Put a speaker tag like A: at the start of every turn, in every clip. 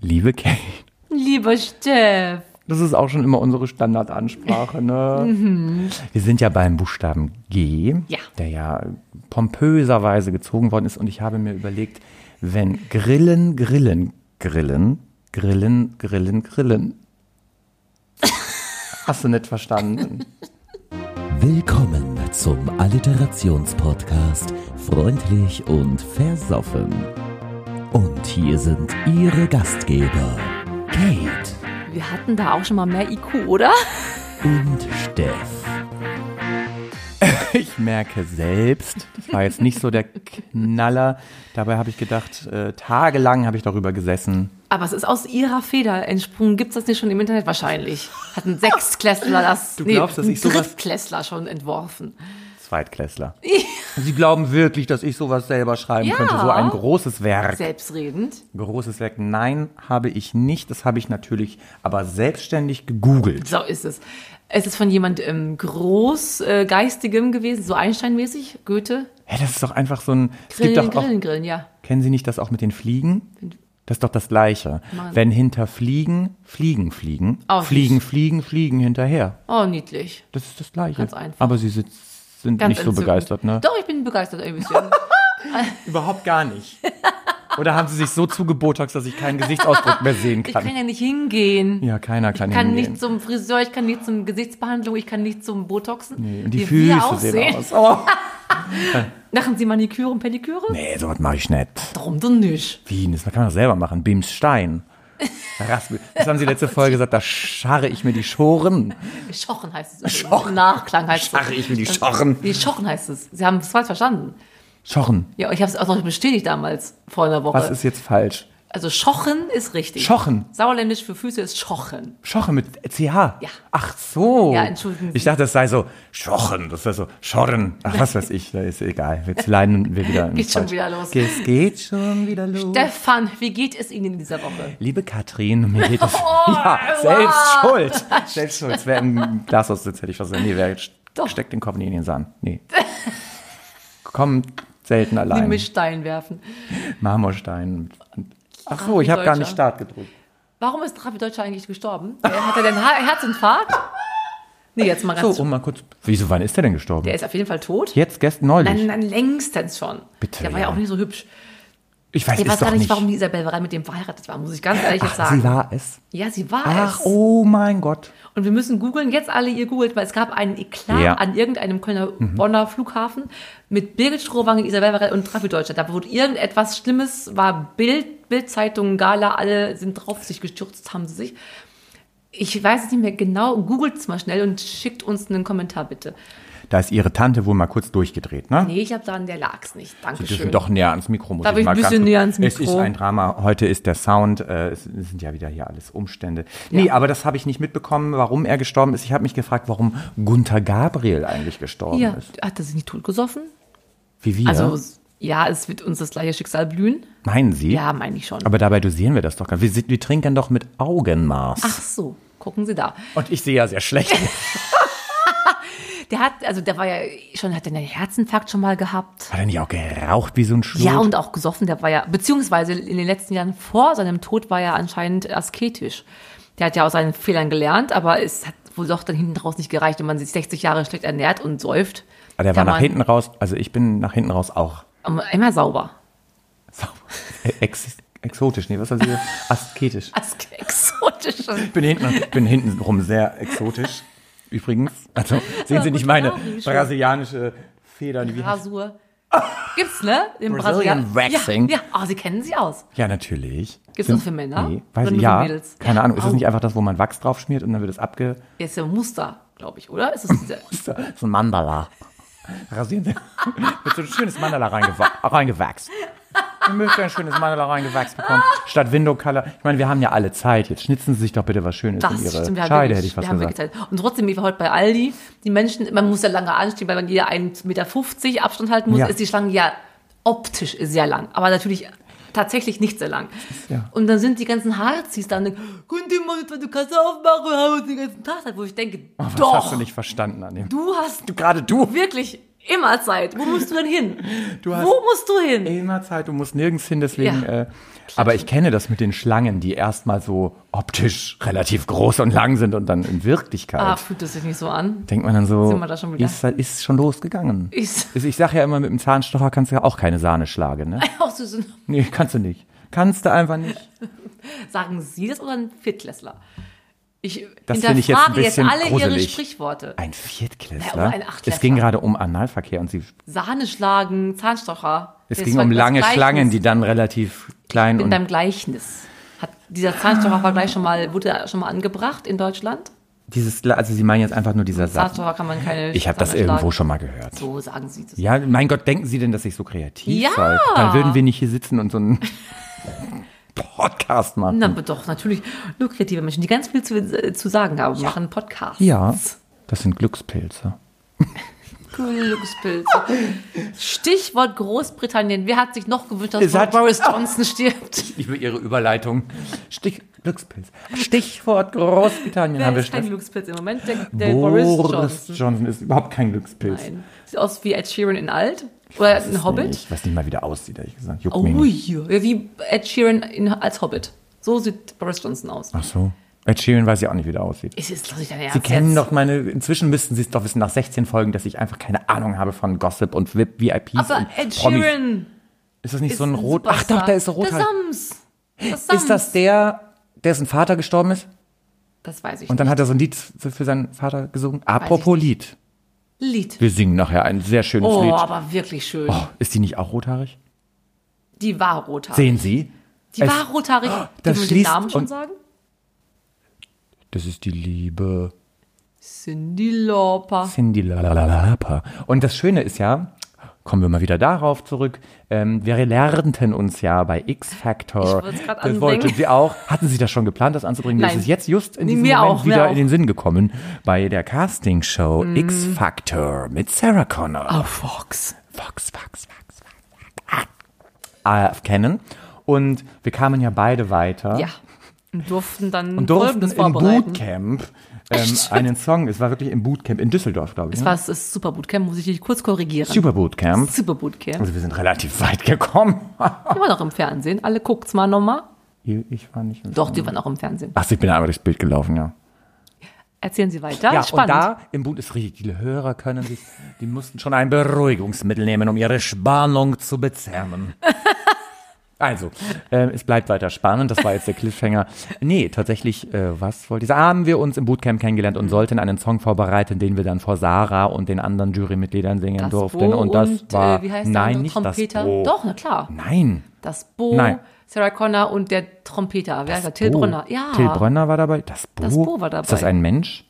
A: Liebe Kate.
B: Lieber Steff.
A: Das ist auch schon immer unsere Standardansprache, ne? Wir sind ja beim Buchstaben G,
B: Ja.
A: der ja pompöserweise gezogen worden ist. Und ich habe mir überlegt, wenn Grillen, Grillen, Grillen, Grillen, Grillen, Grillen. Hast du nicht verstanden?
C: Willkommen zum Alliterationspodcast Freundlich und Versoffen. Und hier sind Ihre Gastgeber, Kate
B: Wir hatten da auch schon mal mehr IQ, oder?
C: und Steff.
A: Ich merke selbst, das war jetzt nicht so der Knaller. Dabei habe ich gedacht, äh, tagelang habe ich darüber gesessen.
B: Aber es ist aus ihrer Feder entsprungen. Gibt's das nicht schon im Internet? Wahrscheinlich. Hat ein Sechstklässler das.
A: Du glaubst, dass
B: ein
A: ich sowas-
B: Drittklässler schon entworfen.
A: Zweitklässler. Sie glauben wirklich, dass ich sowas selber schreiben
B: Ja.
A: könnte. So ein großes Werk.
B: Selbstredend.
A: großes Werk. Nein, habe ich nicht. Das habe ich natürlich aber selbstständig gegoogelt.
B: So ist es. Es ist von jemand ähm, Großgeistigem äh, Geistigem gewesen, so Einstein-mäßig, Goethe.
A: Hä, das ist doch einfach so ein. Es gibt
B: Grillen,
A: doch auch,
B: Grillen, Grillen, ja.
A: kennen Sie nicht das auch mit den Fliegen? Das ist doch das Gleiche.
B: Mann.
A: Wenn hinter Fliegen, Fliegen, Fliegen,
B: Auch
A: Fliegen,
B: nicht.
A: Fliegen, Fliegen hinterher.
B: Oh, niedlich.
A: Das ist das Gleiche.
B: Ganz einfach.
A: Aber Sie sind, sind
B: Ganz
A: nicht so
B: entzückend.
A: begeistert, ne?
B: Doch, ich bin begeistert ein bisschen.
A: Überhaupt gar nicht. Oder haben Sie sich so zugebotox, dass ich keinen Gesichtsausdruck mehr sehen
B: ich
A: kann?
B: kann ja nicht hingehen.
A: ja, keiner kann
B: Ich kann
A: hingehen.
B: nicht zum Friseur, ich kann nicht zum Gesichtsbehandlung, ich kann nicht zum Botoxen.
A: Nee, und die
B: Wie wir
A: Füße sehen aus. Oh.
B: Machen Sie Maniküre und Pediküre?
A: Nee, sowas mache ich nicht.
B: Darum denn nicht.
A: Wien, das kann man doch selber machen. Bimstein. Raspel. Das haben Sie letzte Folge gesagt, da scharre ich mir die Schoren.
B: Schochen heißt es. Schochen. Nachklang heißt es.
A: Scharre ich mir die Schochen.
B: Nee, Schochen heißt es. Sie haben es falsch verstanden.
A: Schochen.
B: Ja, ich habe es auch noch bestätigt damals, vor einer Woche.
A: Was ist jetzt falsch?
B: also Schochen ist richtig.
A: Schochen.
B: Sauerländisch für Füße ist Schochen.
A: Schochen mit CH. Ja. Ach so.
B: Ja, entschuldigen Sie.
A: Ich dachte, das sei so Schochen. Das sei so Schorren. Ach, was weiß ich. Da ist egal. Jetzt leiden wir wieder. ins
B: Geht schon
A: Falsche.
B: wieder los.
A: Es geht schon wieder los.
B: Stefan, wie geht es Ihnen in dieser Woche?
A: Liebe Katrin, mir geht es.
B: Oh,
A: ja,
B: wow.
A: selbst schuld. Selbst schuld. Es wäre im Glas aussitzt, hätte ich was gesagt. Nee, wer
B: Doch.
A: steckt den Kopf nicht in den Sand. Nee. Kommt selten
B: Die
A: allein.
B: Mischstein werfen.
A: Marmorstein. Ach so,
B: Ach,
A: ich
B: wie
A: habe gar
B: Deutscher.
A: nicht Start gedrückt.
B: Warum ist Raffi Deutscher eigentlich gestorben? Hat er denn Ha- Herzinfarkt? Nee, jetzt mal
A: So,
B: ganz.
A: um mal kurz. Wieso, wann ist der denn gestorben?
B: Der ist auf jeden Fall tot.
A: Jetzt, gestern, neulich.
B: Nein, nein, längstens schon.
A: Bitte,
B: Der war ja
A: ja.
B: auch nicht so hübsch.
A: ich weiß
B: Ich
A: es
B: weiß
A: doch
B: gar nicht,
A: nicht.
B: warum die Isabel Varell mit dem verheiratet war, muss ich ganz ehrlich jetzt
A: Ach,
B: sagen.
A: sie war es.
B: ja, sie war
A: Ach,
B: es.
A: oh mein Gott.
B: Und wir müssen googeln, jetzt alle ihr googelt, weil es gab einen Eklat
A: Ja. Mhm.
B: an irgendeinem Kölner Bonner Flughafen mit Birgit Strohwange, Isabel Varell und Traffi Deutschland. Da wurde irgendetwas Schlimmes, war Bild, Bildzeitungen, Gala, alle sind drauf sich gestürzt, haben sie sich. Ich weiß es nicht mehr genau, googelt's mal schnell und schickt uns einen Kommentar bitte.
A: Da ist ihre Tante wohl mal kurz durchgedreht, ne?
B: Nee, ich habe daran, der lag's nicht.
A: Sie dürfen
B: Dankeschön.
A: doch näher ans Mikro, muss
B: Darf
A: ich
B: ich
A: mal
B: ein bisschen
A: ganz-
B: näher ans
A: Es ist
B: Mikro?
A: ein Drama. Heute ist der Sound. Äh, es sind ja wieder hier alles Umstände. Nee, aber das habe ich nicht mitbekommen, warum er gestorben ist. Ich habe mich gefragt, warum Gunther Gabriel eigentlich gestorben
B: Ja,
A: ist.
B: hat er sich nicht tot gesoffen?
A: Wie wir.
B: Also ja, es wird uns das gleiche Schicksal blühen.
A: Meinen Sie?
B: Ja, meine ich schon.
A: Aber dabei dosieren wir das doch gar nicht. Wir, sind- wir trinken doch mit Augenmaß.
B: Ach so, gucken Sie da.
A: Und ich sehe ja sehr schlecht.
B: Der hat, also der war ja schon, hat er einen Herzinfarkt schon mal gehabt.
A: Hat er nicht auch geraucht wie so ein Schlot?
B: Ja, und auch gesoffen, der war ja, beziehungsweise in den letzten Jahren vor seinem Tod war er anscheinend asketisch. Der hat ja aus seinen Fehlern gelernt, aber es hat wohl doch dann hinten raus nicht gereicht, wenn man sich 60 Jahre schlecht ernährt und säuft.
A: aber Ah, der war
B: kann
A: nach
B: man-
A: hinten raus. Also ich bin nach hinten raus auch
B: Immer sauber.
A: sauber. Ex exotisch. Nee, was soll ich Asketisch.
B: Ask exotisch.
A: Ich bin hinten, bin hintenrum sehr exotisch. Übrigens, also sehen Sie nicht meine
B: Glaub ich schon.
A: brasilianische Federn. Wie
B: Rasur. Gibt's, ne? Im
A: Brazilian Waxing.
B: Ja, ja. Oh, sie kennen sie aus.
A: ja, natürlich.
B: Gibt's
A: Sind-
B: das für Männer?
A: Nee, weiß
B: Oder
A: ich,
B: nur für
A: ja.
B: Mädels?
A: Keine Ahnung, ist das
B: Au.
A: nicht einfach das, wo man Wachs drauf schmiert und dann wird es abge...
B: Der ist ja ein Muster, glaube ich, oder? Ist es diese,
A: Das ist ein Mandala. Rasieren Sie. Wird so ein schönes Mandala reingewa reingewachst. Ihr müsst ein schönes Mandala reingewachst bekommen.
B: Ah.
A: Statt Window Color. Ich meine, wir haben ja alle Zeit. Jetzt schnitzen Sie sich doch bitte was Schönes in Ihre
B: wir haben
A: Scheide,
B: wirklich-
A: hätte ich
B: wir
A: fast
B: haben
A: gesagt.
B: wirklich Zeit. Und trotzdem, ich war heute bei Aldi. Die Menschen, man muss ja lange anstehen, weil man jeder 1,50 Meter Abstand halten muss.
A: Ja.
B: Ist die Schlange ja optisch sehr lang, aber natürlich tatsächlich nicht sehr lang.
A: ja-
B: Und dann sind die ganzen Harzis da und denken, könnt ihr mal bitte die Kasse aufmachen, wir haben uns den ganzen Tag Zeit, wo ich denke,
A: Oh, Was
B: doch,
A: hast du nicht verstanden an dem?
B: du hast
A: Gerade du.
B: wirklich Immer Zeit. Wo musst du denn hin?
A: Du hast
B: Wo musst du hin?
A: immer Zeit, du musst nirgends hin, deswegen.
B: Ja.
A: Äh, aber ich kenne das mit den Schlangen, die erstmal so optisch relativ groß und lang sind und dann in Wirklichkeit.
B: Ah, fühlt es sich nicht so an.
A: Denkt man dann so,
B: Sind wir da schon wieder?
A: Ist, ist schon losgegangen.
B: Ist-
A: Ist- ich sage ja immer, mit dem Zahnstocher kannst du ja auch keine Sahne schlagen, ne?
B: Auch so, so,
A: Nee, kannst du nicht. Kannst du einfach nicht.
B: sagen Sie das oder ein Viertklässler? Ich
A: Das finde ich jetzt ein
B: hinterfrage jetzt,
A: bisschen
B: alle Ihre
A: gruselig.
B: Sprichworte.
A: Ein Viertklässler?
B: Ja, oder ein Achtklässler.
A: es ging gerade um Analverkehr und sie,
B: Sahne schlagen, Zahnstocher.
A: es
B: Das
A: ging
B: war
A: um
B: das
A: lange
B: Gleichnis.
A: Schlangen, die dann relativ klein
B: In
A: und
B: deinem Gleichnis. Hat dieser Zahnstochervergleich schon mal, wurde er schon mal angebracht in Deutschland?
A: dieses, also sie meinen jetzt einfach nur dieser Satz.
B: Zahnstocher kann man keine
A: Ich habe das
B: Sahne
A: irgendwo
B: schlagen.
A: schon mal gehört.
B: So sagen Sie das.
A: Ja, mein Gott, denken Sie denn, dass ich so kreativ
B: Ja.
A: sei? Dann würden wir nicht hier sitzen und so einen Podcast machen.
B: Na aber doch, natürlich. Nur kreative Menschen, die ganz viel zu, äh, zu sagen haben, machen Podcasts.
A: Ja, das sind Glückspilze.
B: Glückspilze. Stichwort Großbritannien. Wer hat sich noch gewünscht, dass
A: Es hat-
B: Boris Johnson stirbt?
A: Ich liebe Ihre Überleitung. Stich, Glückspilz. Stichwort Großbritannien
B: Der
A: haben wir
B: ist kein
A: Steffen.
B: Glückspilz im Moment, der, der Boris,
A: Boris
B: Johnson.
A: Johnson ist überhaupt kein Glückspilz.
B: Nein. Sieht aus wie Ed Sheeran in alt oder
A: Das ist
B: ein Hobbit.
A: nicht- Ich weiß nicht mal, wie der aussieht, ehrlich gesagt. Juckt
B: Oh,
A: mich nicht.
B: ja, wie Ed Sheeran in, als Hobbit. So sieht Boris Johnson aus.
A: Ach so. Ed Sheeran weiß ja auch nicht, wie der aussieht.
B: Ist jetzt doch nicht dein Ernst.
A: Ah. Sie kennen
B: jetzt?
A: doch meine, inzwischen müssten Sie es doch wissen, nach 16 Folgen, dass ich einfach keine Ahnung habe von Gossip und VIP- VIPs
B: Aber
A: und
B: Ed
A: Promis.
B: Sheeran
A: Ist das nicht
B: ist
A: so ein Rot... Ach
B: Superstar.
A: doch, da ist so
B: Der
A: Rothaar.
B: Sams. Der Sams.
A: Ist das der, dessen Vater gestorben ist?
B: Das weiß ich
A: Und dann
B: nicht.
A: hat er so ein Lied für, für seinen Vater gesungen. Apropos Lied.
B: Lied.
A: Wir singen nachher ein sehr schönes
B: Oh,
A: Lied.
B: aber wirklich schön.
A: Oh, ist die nicht auch rothaarig?
B: Die war rothaarig.
A: Sehen Sie?
B: Die
A: Es- Oh,
B: war rothaarig.
A: das
B: Dürfen wir den
A: schließt-
B: Namen schon
A: und-
B: sagen?
A: Das ist die Liebe.
B: Cindy Lauper.
A: Cindy lalalapa. Und das Schöne ist ja, kommen wir mal wieder darauf zurück, ähm, wir lernten uns ja bei X-Factor.
B: Ich wollte's grad
A: Das
B: anbringen.
A: wollten Sie auch. Hatten Sie das schon geplant, das anzubringen? Mir
B: Nein.
A: ist es jetzt just in
B: Nee,
A: diesem
B: mir
A: Moment
B: auch, mir
A: wieder
B: auch. Mhm.
A: in den Sinn gekommen. Bei der Castingshow X-Factor mit Sarah Connor.
B: Oh, Fox.
A: Fox, Fox, Fox, Fox, Fox, ah, kennen. Und wir kamen ja beide weiter
B: Ja. Und durften dann
A: und durften
B: Folgendes
A: im
B: vorbereiten.
A: Bootcamp ähm, einen Song, es war wirklich im Bootcamp in Düsseldorf, glaube ich.
B: Das
A: ne?
B: war das ist super Bootcamp, muss ich dich kurz korrigieren.
A: Super Bootcamp.
B: Super Bootcamp.
A: Also wir sind relativ weit gekommen.
B: Die waren auch im Fernsehen. Alle guckt's mal nochmal.
A: Ich war nicht im
B: Doch, die waren auch im Fernsehen.
A: Ach, ich bin einmal durchs Bild gelaufen, ja.
B: Erzählen Sie weiter.
A: ja,
B: Spannend.
A: und da im Boot ist richtig, die Hörer können sich, die mussten schon ein Beruhigungsmittel nehmen, um ihre Spannung zu bezerren. Also, ähm, es bleibt weiter spannend. Das war jetzt der Cliffhanger. Nee, tatsächlich, äh, was wollte ich sagen? Haben wir uns im Bootcamp kennengelernt und sollten einen Song vorbereiten, den wir dann vor Sarah und den anderen Jurymitgliedern singen
B: das
A: durften.
B: Bo
A: Und das
B: und,
A: war
B: äh, wie heißt der
A: nein,
B: andere
A: nicht
B: Trompeter?
A: das Bo.
B: Doch, na klar.
A: Nein,
B: Das Bo,
A: Nein.
B: Sarah Connor und der Trompeter. Wer
A: Das
B: heißt er? Also Till
A: Bo.
B: Brunner. Ja.
A: Oh, Till Brunner war dabei. Das Bo.
B: Das Bo war dabei.
A: Ist das ein Mensch?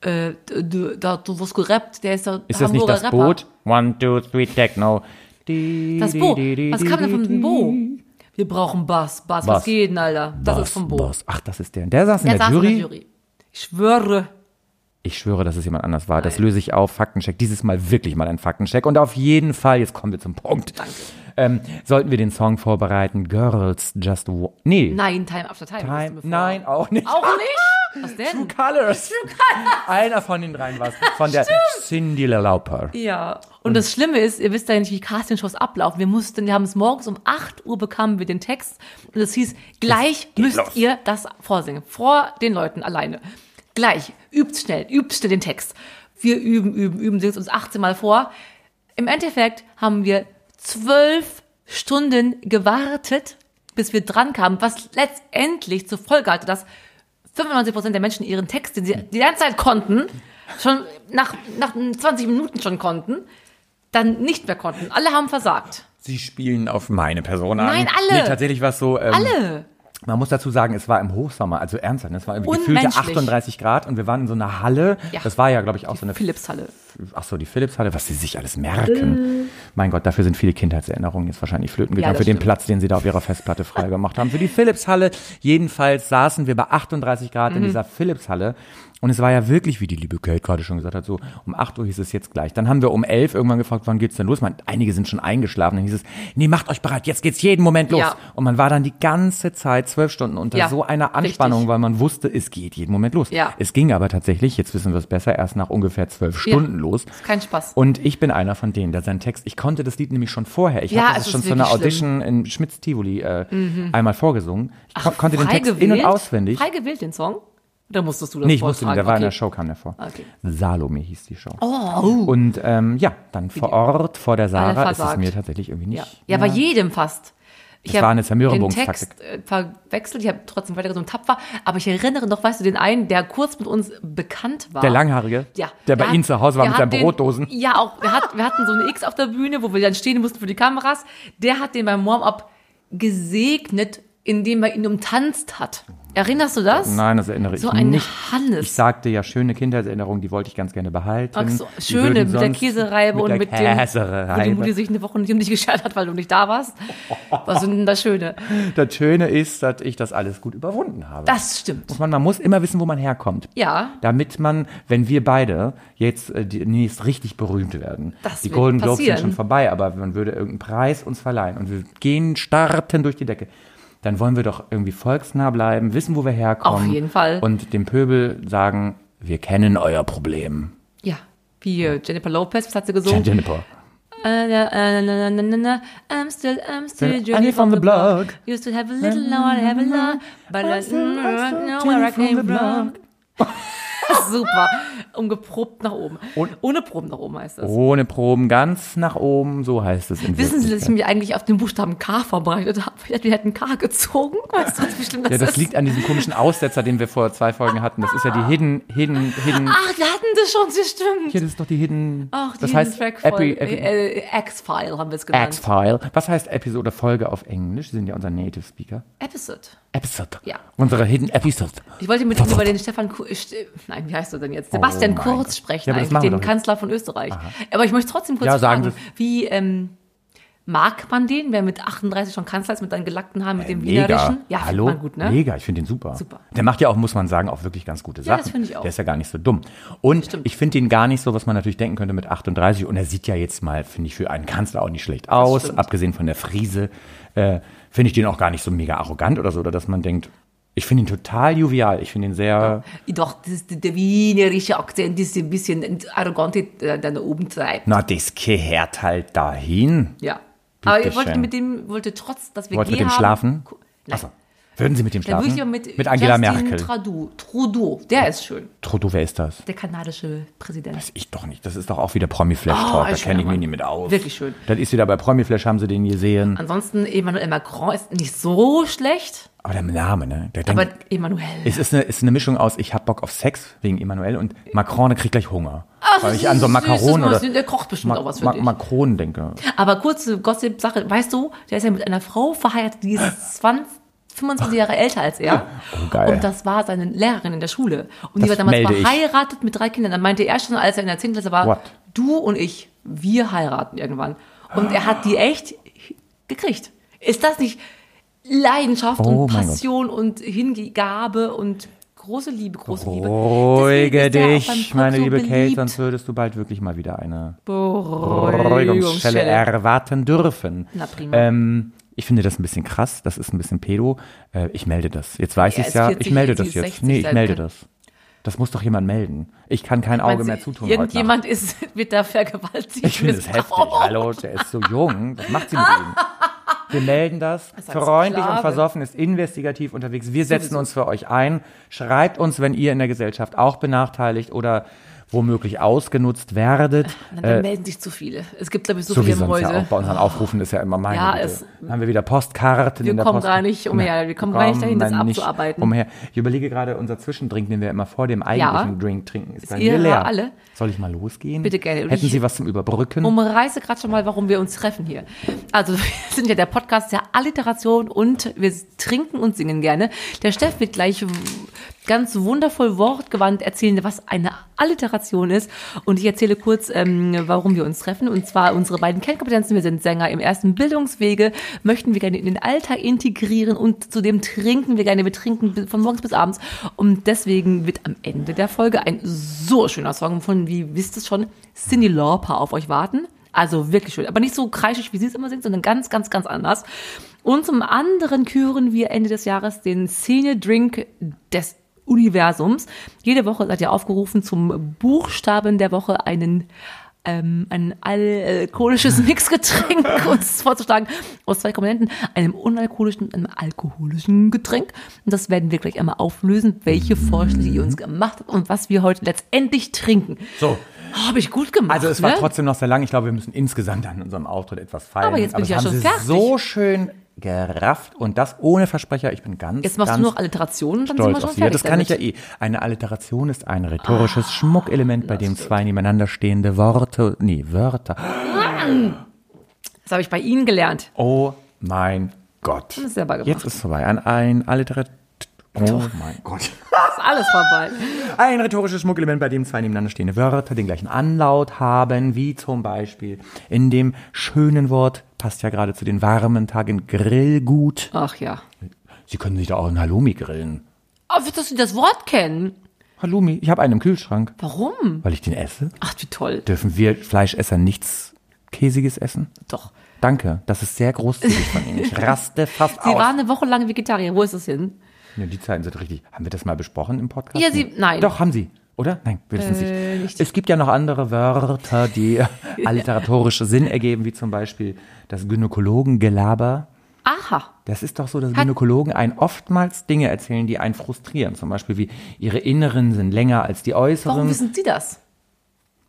B: Äh, du, da, du wirst gerappt. Der ist der
A: Ist das nicht
B: Hamburger
A: das
B: Rapper.
A: Boot? One, two, three, techno. Di,
B: Das Bo.
A: di, di,
B: Was
A: di,
B: kam denn
A: di,
B: von
A: di.
B: dem Bo? Wir brauchen Bass. Bass,
A: Bass.
B: was geht denn, Alter? Das
A: Bass,
B: ist vom Bo.
A: Bass. Ach, das ist der. Der saß,
B: Der
A: in, der
B: saß
A: Jury.
B: in der Jury. Ich schwöre.
A: Ich schwöre, dass es jemand anders war. Das löse ich auf. Faktencheck. Dieses Mal wirklich mal ein Faktencheck. Und auf jeden Fall, jetzt kommen wir zum Punkt. Danke. Ähm, sollten wir den Song vorbereiten? Girls Just Wa- Nee.
B: Nein, Time After Time.
A: Time.
B: bevor.
A: Nein, auch nicht.
B: Auch nicht? Ah, Was
A: True
B: denn?
A: Colors. Einer von den dreien war es. Von der Cindy Lauper.
B: Ja, und das Schlimme ist, ihr wisst ja nicht, wie Castingshows ablaufen. Wir mussten, wir haben es morgens um 8 Uhr bekamen wir den Text und es hieß, gleich müsst
A: los.
B: ihr das vorsingen. Vor den Leuten alleine. Gleich. Übt schnell, übt schnell den Text. Wir üben, üben, üben, singen es uns 18 Mal vor. Im Endeffekt haben wir zwölf Stunden gewartet, bis wir dran kamen, was letztendlich zur Folge hatte, dass 95% der Menschen ihren Text, den sie die ganze Zeit konnten, schon nach, nach 20 Minuten schon konnten, dann nicht mehr konnten. Alle haben versagt.
A: Sie spielen auf meine Person an.
B: Nein, alle.
A: Nee, tatsächlich war es so. Ähm,
B: Alle.
A: Man muss dazu sagen, es war im Hochsommer, also ernsthaft. ne? Es war irgendwie gefühlte
B: Unmenschlich.
A: 38 Grad und wir waren in so einer Halle.
B: Ja.
A: Das war ja, glaube ich, auch so eine.
B: Philipshalle.
A: Ach so, die Philipshalle, was sie sich alles merken. Mein Gott, dafür sind viele Kindheitserinnerungen jetzt wahrscheinlich flöten gegangen
B: Äh. das
A: für den
B: stimmt.
A: Platz, den sie da auf ihrer Festplatte
B: Mhm.
A: freigemacht haben. Für die Philipshalle. Jedenfalls saßen wir bei 38 Grad in dieser Philipshalle Und es war ja wirklich, wie die liebe Kate gerade schon gesagt hat, so um 8 Uhr hieß es jetzt gleich. Dann haben wir um 11 irgendwann gefragt, wann geht's denn los? Man, einige sind schon eingeschlafen. Dann hieß es, nee, macht euch bereit, jetzt geht's jeden Moment los.
B: Ja.
A: Und man war dann die ganze Zeit zwölf Stunden unter
B: Ja,
A: so einer Anspannung,
B: richtig.
A: weil man wusste, es geht jeden Moment los.
B: Ja.
A: Es ging aber tatsächlich, jetzt wissen wir es besser, erst nach ungefähr zwölf
B: Ja.
A: Stunden los.
B: Ist kein Spaß.
A: Und ich bin einer von denen, der seinen Text, ich konnte das Lied nämlich schon vorher. Ich
B: Ja,
A: habe
B: es
A: das
B: ist
A: schon zu einer
B: wirklich Mhm.
A: Audition in Schmitz Tivoli äh, einmal vorgesungen. Ich kon- konnte den
B: Frei
A: Text in und
B: gewählt?
A: auswendig.
B: Frei gewählt, den Song? Oder musstest du das
A: Nee, ich musste nicht, der war in der
B: Okay.
A: Show, kam der vor.
B: Okay. Oh.
A: Salome hieß die Show. Und ähm, ja, dann vor Ort, vor der
B: Alle
A: Sarah, ist es
B: versagt.
A: mir tatsächlich irgendwie nicht.
B: Ja, ja bei jedem fast. Ich
A: Das
B: hab
A: war eine
B: Den
A: Zermürbungstaktik.
B: Text äh, verwechselt, ich habe trotzdem weitergesungen, tapfer, aber ich erinnere noch, weißt du, den einen, der kurz mit uns bekannt war.
A: Der Langhaarige,
B: Ja.
A: der bei
B: hat-
A: Ihnen zu Hause war
B: der
A: mit
B: hat
A: seinen Brotdosen.
B: Den, ja, auch, wir, hat, wir hatten so eine X auf der Bühne, wo wir dann stehen mussten für die Kameras. Der hat den beim Warm-Up gesegnet, indem er ihn umtanzt hat. Erinnerst du das?
A: Nein, das erinnere
B: So
A: ich
B: ein
A: nicht.
B: Hannes.
A: Ich sagte ja, schöne Kindheitserinnerungen, die wollte ich ganz gerne behalten.
B: Ach so,
A: Die würden
B: schöne, mit der
A: sonst-
B: Käsereibe und
A: der
B: mit dem, wo die
A: Käsereibe.
B: Mutti sich eine Woche nicht um dich geschert hat, weil du nicht da warst. Was sind denn das Schöne?
A: Das Schöne ist, dass ich das alles gut überwunden habe.
B: Das stimmt.
A: muss man, man muss immer wissen, wo man herkommt.
B: Ja.
A: Damit man, wenn wir beide jetzt äh, demnächst richtig berühmt werden,
B: Das
A: die
B: wird
A: Golden Globes
B: passieren.
A: sind schon vorbei, aber man würde irgendeinen Preis uns verleihen und wir gehen, starten durch die Decke, dann wollen wir doch irgendwie volksnah bleiben, wissen, wo wir herkommen.
B: Auf jeden Fall.
A: Und dem Pöbel sagen, wir kennen euer Problem.
B: Ja. Wie äh, Jennifer Lopez, was hat sie gesungen?
A: Jennifer.
B: Äh, na, äh, na, na, na, na, I'm still, I'm still
A: Still
B: Jenny from the block. Used to have a little, now I have a lot. But I
A: I'm still- I'm still
B: don't know
A: Jenny
B: where I
A: from
B: came
A: the
B: from. Ah, Super. Umgeprobt nach oben. Ohne Proben nach oben heißt das.
A: Ohne Proben ganz nach oben, so heißt es in
B: Wissen Sie, dass ich
A: Wirklichkeit.
B: mich eigentlich auf den Buchstaben K verbreitet habe? Ich hätte, wir hätten K gezogen. Weißt du, wie schlimm das,
A: ja, das
B: ist?
A: liegt an diesem komischen Aussetzer, den wir vor zwei Folgen hatten. Das ist ja die Hidden, Hidden, Hidden.
B: Ach, wir hatten das schon, das stimmt.
A: Hier, das ist doch die Hidden.
B: Ach, die
A: das
B: Hidden
A: heißt
B: Track
A: Epi,
B: Folge.
A: Epi,
B: äh, äh, X-File haben wir es genannt.
A: X-File. Was heißt Episode oder Folge auf Englisch? Sie sind ja unser Native Speaker.
B: Episode.
A: Episode.
B: Ja.
A: Unsere Hidden Episode.
B: Ich wollte mit ihm über den Stefan Ku St- Nein, wie heißt er denn jetzt? Sebastian
A: Oh mein Gott.
B: Kurz sprechen,
A: Ja, aber das
B: eigentlich,
A: machen wir
B: den
A: doch jetzt.
B: Kanzler von Österreich. Aber ich möchte trotzdem kurz
A: Ja, sagen
B: fragen, wie ähm, mag man den, wer mit 38 schon Kanzler ist, mit seinen gelackten Haaren, mit dem
A: Äh, Mega.
B: wienerischen? Ja, findet
A: Hallo?
B: man gut, ne?
A: Mega, ich finde den super.
B: Super.
A: Der macht ja auch, muss man sagen, auch wirklich ganz gute Sachen.
B: das finde ich auch.
A: Der ist ja gar nicht so dumm. Und ich finde ihn gar nicht so, was man natürlich denken könnte mit 38. Und er sieht ja jetzt mal, finde ich, für einen Kanzler auch nicht schlecht aus.
B: stimmt.
A: Abgesehen von der Friese, äh, finde ich den auch gar nicht so mega arrogant oder so, oder dass man denkt, ich finde ihn total jovial. Ich finde ihn sehr.
B: Äh, Doch, das ist der wienerische Akzent ist ein bisschen arrogant, der da oben treibt.
A: Na, das gehört halt dahin.
B: Ja. Aber ich
A: Bitteschön.
B: wollte mit dem, wollte trotz, dass wir
A: Wollt ihr
B: G
A: mit dem
B: haben,
A: schlafen?
B: Ku- Nein.
A: Achso. Würden Sie mit dem
B: Dann
A: schlafen?
B: würde ich aber mit,
A: Angela
B: Justin
A: Merkel.
B: Trudeau, Trudeau, der ist schön.
A: Trudeau, wer ist das?
B: Der kanadische Präsident.
A: Ich doch nicht. Das ist doch auch wieder Promi-Flash-Talk.
B: Oh,
A: da
B: ist
A: kenne ich
B: schöner
A: mich
B: Mann.
A: nicht mit aus.
B: Wirklich schön. Ah.
A: Das ist wieder bei Promi-Flash, haben Sie den gesehen.
B: Ansonsten, Emmanuel Macron ist nicht so schlecht,
A: Aber der Name, ne? Der
B: aber
A: denkt,
B: Emmanuel.
A: es ist eine, ist eine Mischung aus, ich hab Bock auf Sex wegen Emmanuel und Macron, der kriegt gleich Hunger. weil ich an so
B: süßes
A: Makaron oder
B: Mäuschen, der kocht bestimmt auch was für dich.
A: Makronen denke.
B: Aber kurze Gossip-Sache, weißt du, der ist ja mit einer Frau verheiratet, die ist 20, 25 Jahre älter als er.
A: Äh. Oh, geil.
B: Und das war seine Lehrerin in der Schule. Und
A: Das
B: die war damals
A: melde ich.
B: verheiratet mit drei Kindern. Dann meinte er schon, als er in der 10. Klasse war,
A: What?
B: du und ich, wir heiraten irgendwann. Und er hat die echt gekriegt. Ist das nicht Leidenschaft
A: Oh
B: und
A: mein Gott.
B: Passion und Hingabe und große Liebe, große Liebe?
A: Beruhige
B: Deswegen ist er auch beim
A: dich,
B: Volk
A: meine
B: so
A: liebe Kate,
B: beliebt.
A: sonst würdest du bald wirklich mal wieder eine Beruhigungsstelle
B: Beruhigungsstelle.
A: erwarten dürfen.
B: Na prima.
A: Ähm, ich finde das ein bisschen krass, das ist ein bisschen pedo. Äh, ich melde das. Jetzt weiß
B: Ja,
A: ich es
B: ist
A: ja,
B: 40,
A: ich melde das
B: sie ist
A: jetzt.
B: 60
A: nee, ich
B: sein
A: melde
B: kann.
A: das. Das muss doch jemand melden. Ich kann kein Auge
B: ne? Meinst
A: mehr
B: du,
A: zutun heute Nacht.
B: Irgendjemand ist, wird da vergewaltigt.
A: Ich finde es heftig.
B: Oh,
A: Hallo, der ist so jung. Was macht sie mit ihm? Wir melden das.
B: ist eine
A: Freundlich und
B: Sklavin.
A: versoffen ist investigativ unterwegs. Wir setzen uns für euch ein. Schreibt uns, wenn ihr in der Gesellschaft auch benachteiligt oder womöglich ausgenutzt werdet.
B: Dann dann melden sich zu viele. Es gibt, glaube ich, so,
A: Äh, So wie
B: viele
A: sonst
B: Mäuse.
A: ja auch bei unseren Aufrufen ist ja immer meine
B: Ja,
A: Güte.
B: es-
A: Dann haben wir wieder Postkarten.
B: Wir
A: in der
B: kommen
A: Post-
B: gar nicht umher.
A: Nein,
B: Wir kommen gar nicht dahin, das
A: kommen nicht
B: abzuarbeiten.
A: Umher. Ich überlege gerade, unser Zwischendrink, den wir immer vor dem eigentlichen Drink trinken, ist bei
B: ihr
A: mir leer.
B: alle?
A: Soll ich mal losgehen?
B: Bitte gerne. Und
A: Hätten
B: ich- Um
A: Sie was zum Überbrücken?
B: umreiße gerade schon mal, warum wir uns treffen hier. Also wir sind ja der Podcast der Alliteration und wir trinken und singen gerne. Der Steff wird gleich ganz wundervoll wortgewandt erzählen, was eine Alliteration ist. Und ich erzähle kurz, ähm, warum wir uns treffen. Und zwar unsere beiden Kernkompetenzen. Wir sind Sänger im ersten Bildungswege, möchten wir gerne in den Alltag integrieren und zudem trinken wir gerne. Wir trinken von morgens bis abends. Und deswegen wird am Ende der Folge ein so schöner Song von, wie wisst es schon, Cindy Lauper auf euch warten. Also wirklich schön. Aber nicht so kreischig, wie sie es immer singt, sondern ganz, ganz, ganz anders. Und zum anderen küren wir Ende des Jahres den Senior Drink des Universums. Jede Woche seid ihr aufgerufen, zum Buchstaben der Woche einen ähm, ein alkoholisches Mixgetränk uns vorzuschlagen aus zwei Komponenten, einem unalkoholischen und einem alkoholischen Getränk. Und das werden wir gleich einmal auflösen, welche Vorschläge ihr uns gemacht habt und was wir heute letztendlich trinken.
A: So.
B: Oh, Habe ich gut gemacht.
A: Also es war
B: ne?
A: trotzdem noch sehr lang. Ich glaube, wir müssen insgesamt an unserem Auftritt etwas feiern.
B: Aber jetzt bin ich ja
A: das
B: schon
A: haben
B: fertig.
A: Sie so schön gerafft und das ohne Versprecher. Ich bin ganz,
B: Jetzt machst
A: ganz
B: du noch Alliterationen, dann sind wir
A: stolz
B: schon
A: auf Sie. Ja,
B: fertig.
A: das kann ich ja
B: damit. Ah,
A: eh. Eine Alliteration ist ein rhetorisches Schmuckelement, bei dem zwei nebeneinander stehende Worte, nee, Wörter.
B: Das habe ich bei Ihnen gelernt.
A: Oh mein Gott.
B: ist selber gemacht.
A: Jetzt ist es vorbei. Ein, ein Alliterat. Oh mein Gott.
B: Ist alles vorbei.
A: Ein rhetorisches Schmuckelement, bei dem zwei nebeneinander stehende Wörter den gleichen Anlaut haben, wie zum Beispiel in dem schönen Wort, passt ja gerade zu den warmen Tagen, Grillgut.
B: Ach ja.
A: Sie können sich da auch einen Halloumi grillen.
B: Aber dass Sie das Wort kennen.
A: Halloumi, ich habe einen im Kühlschrank.
B: Warum?
A: Weil ich den esse?
B: Ach, wie toll.
A: Dürfen wir Fleischesser nichts Käsiges essen?
B: Doch.
A: Danke, das ist sehr großzügig von Ihnen. Ich raste fast
B: Sie
A: aus.
B: waren eine Woche lang Vegetarier. Wo ist das hin?
A: Ja, die Zeiten sind richtig. Haben wir das mal besprochen im Podcast?
B: Ja, Sie- nein. Äh,
A: Doch, haben Sie. Oder? Nein, wir wissen es nicht. Es gibt ja noch andere Wörter, die alliteratorisch Sinn ergeben, wie zum Beispiel das Gynäkologengelaber.
B: Aha.
A: Das ist doch so, dass Gynäkologen einen oftmals Dinge erzählen, die einen frustrieren. Zum Beispiel wie, ihre Inneren sind länger als die Äußeren.
B: Warum wissen Sie das?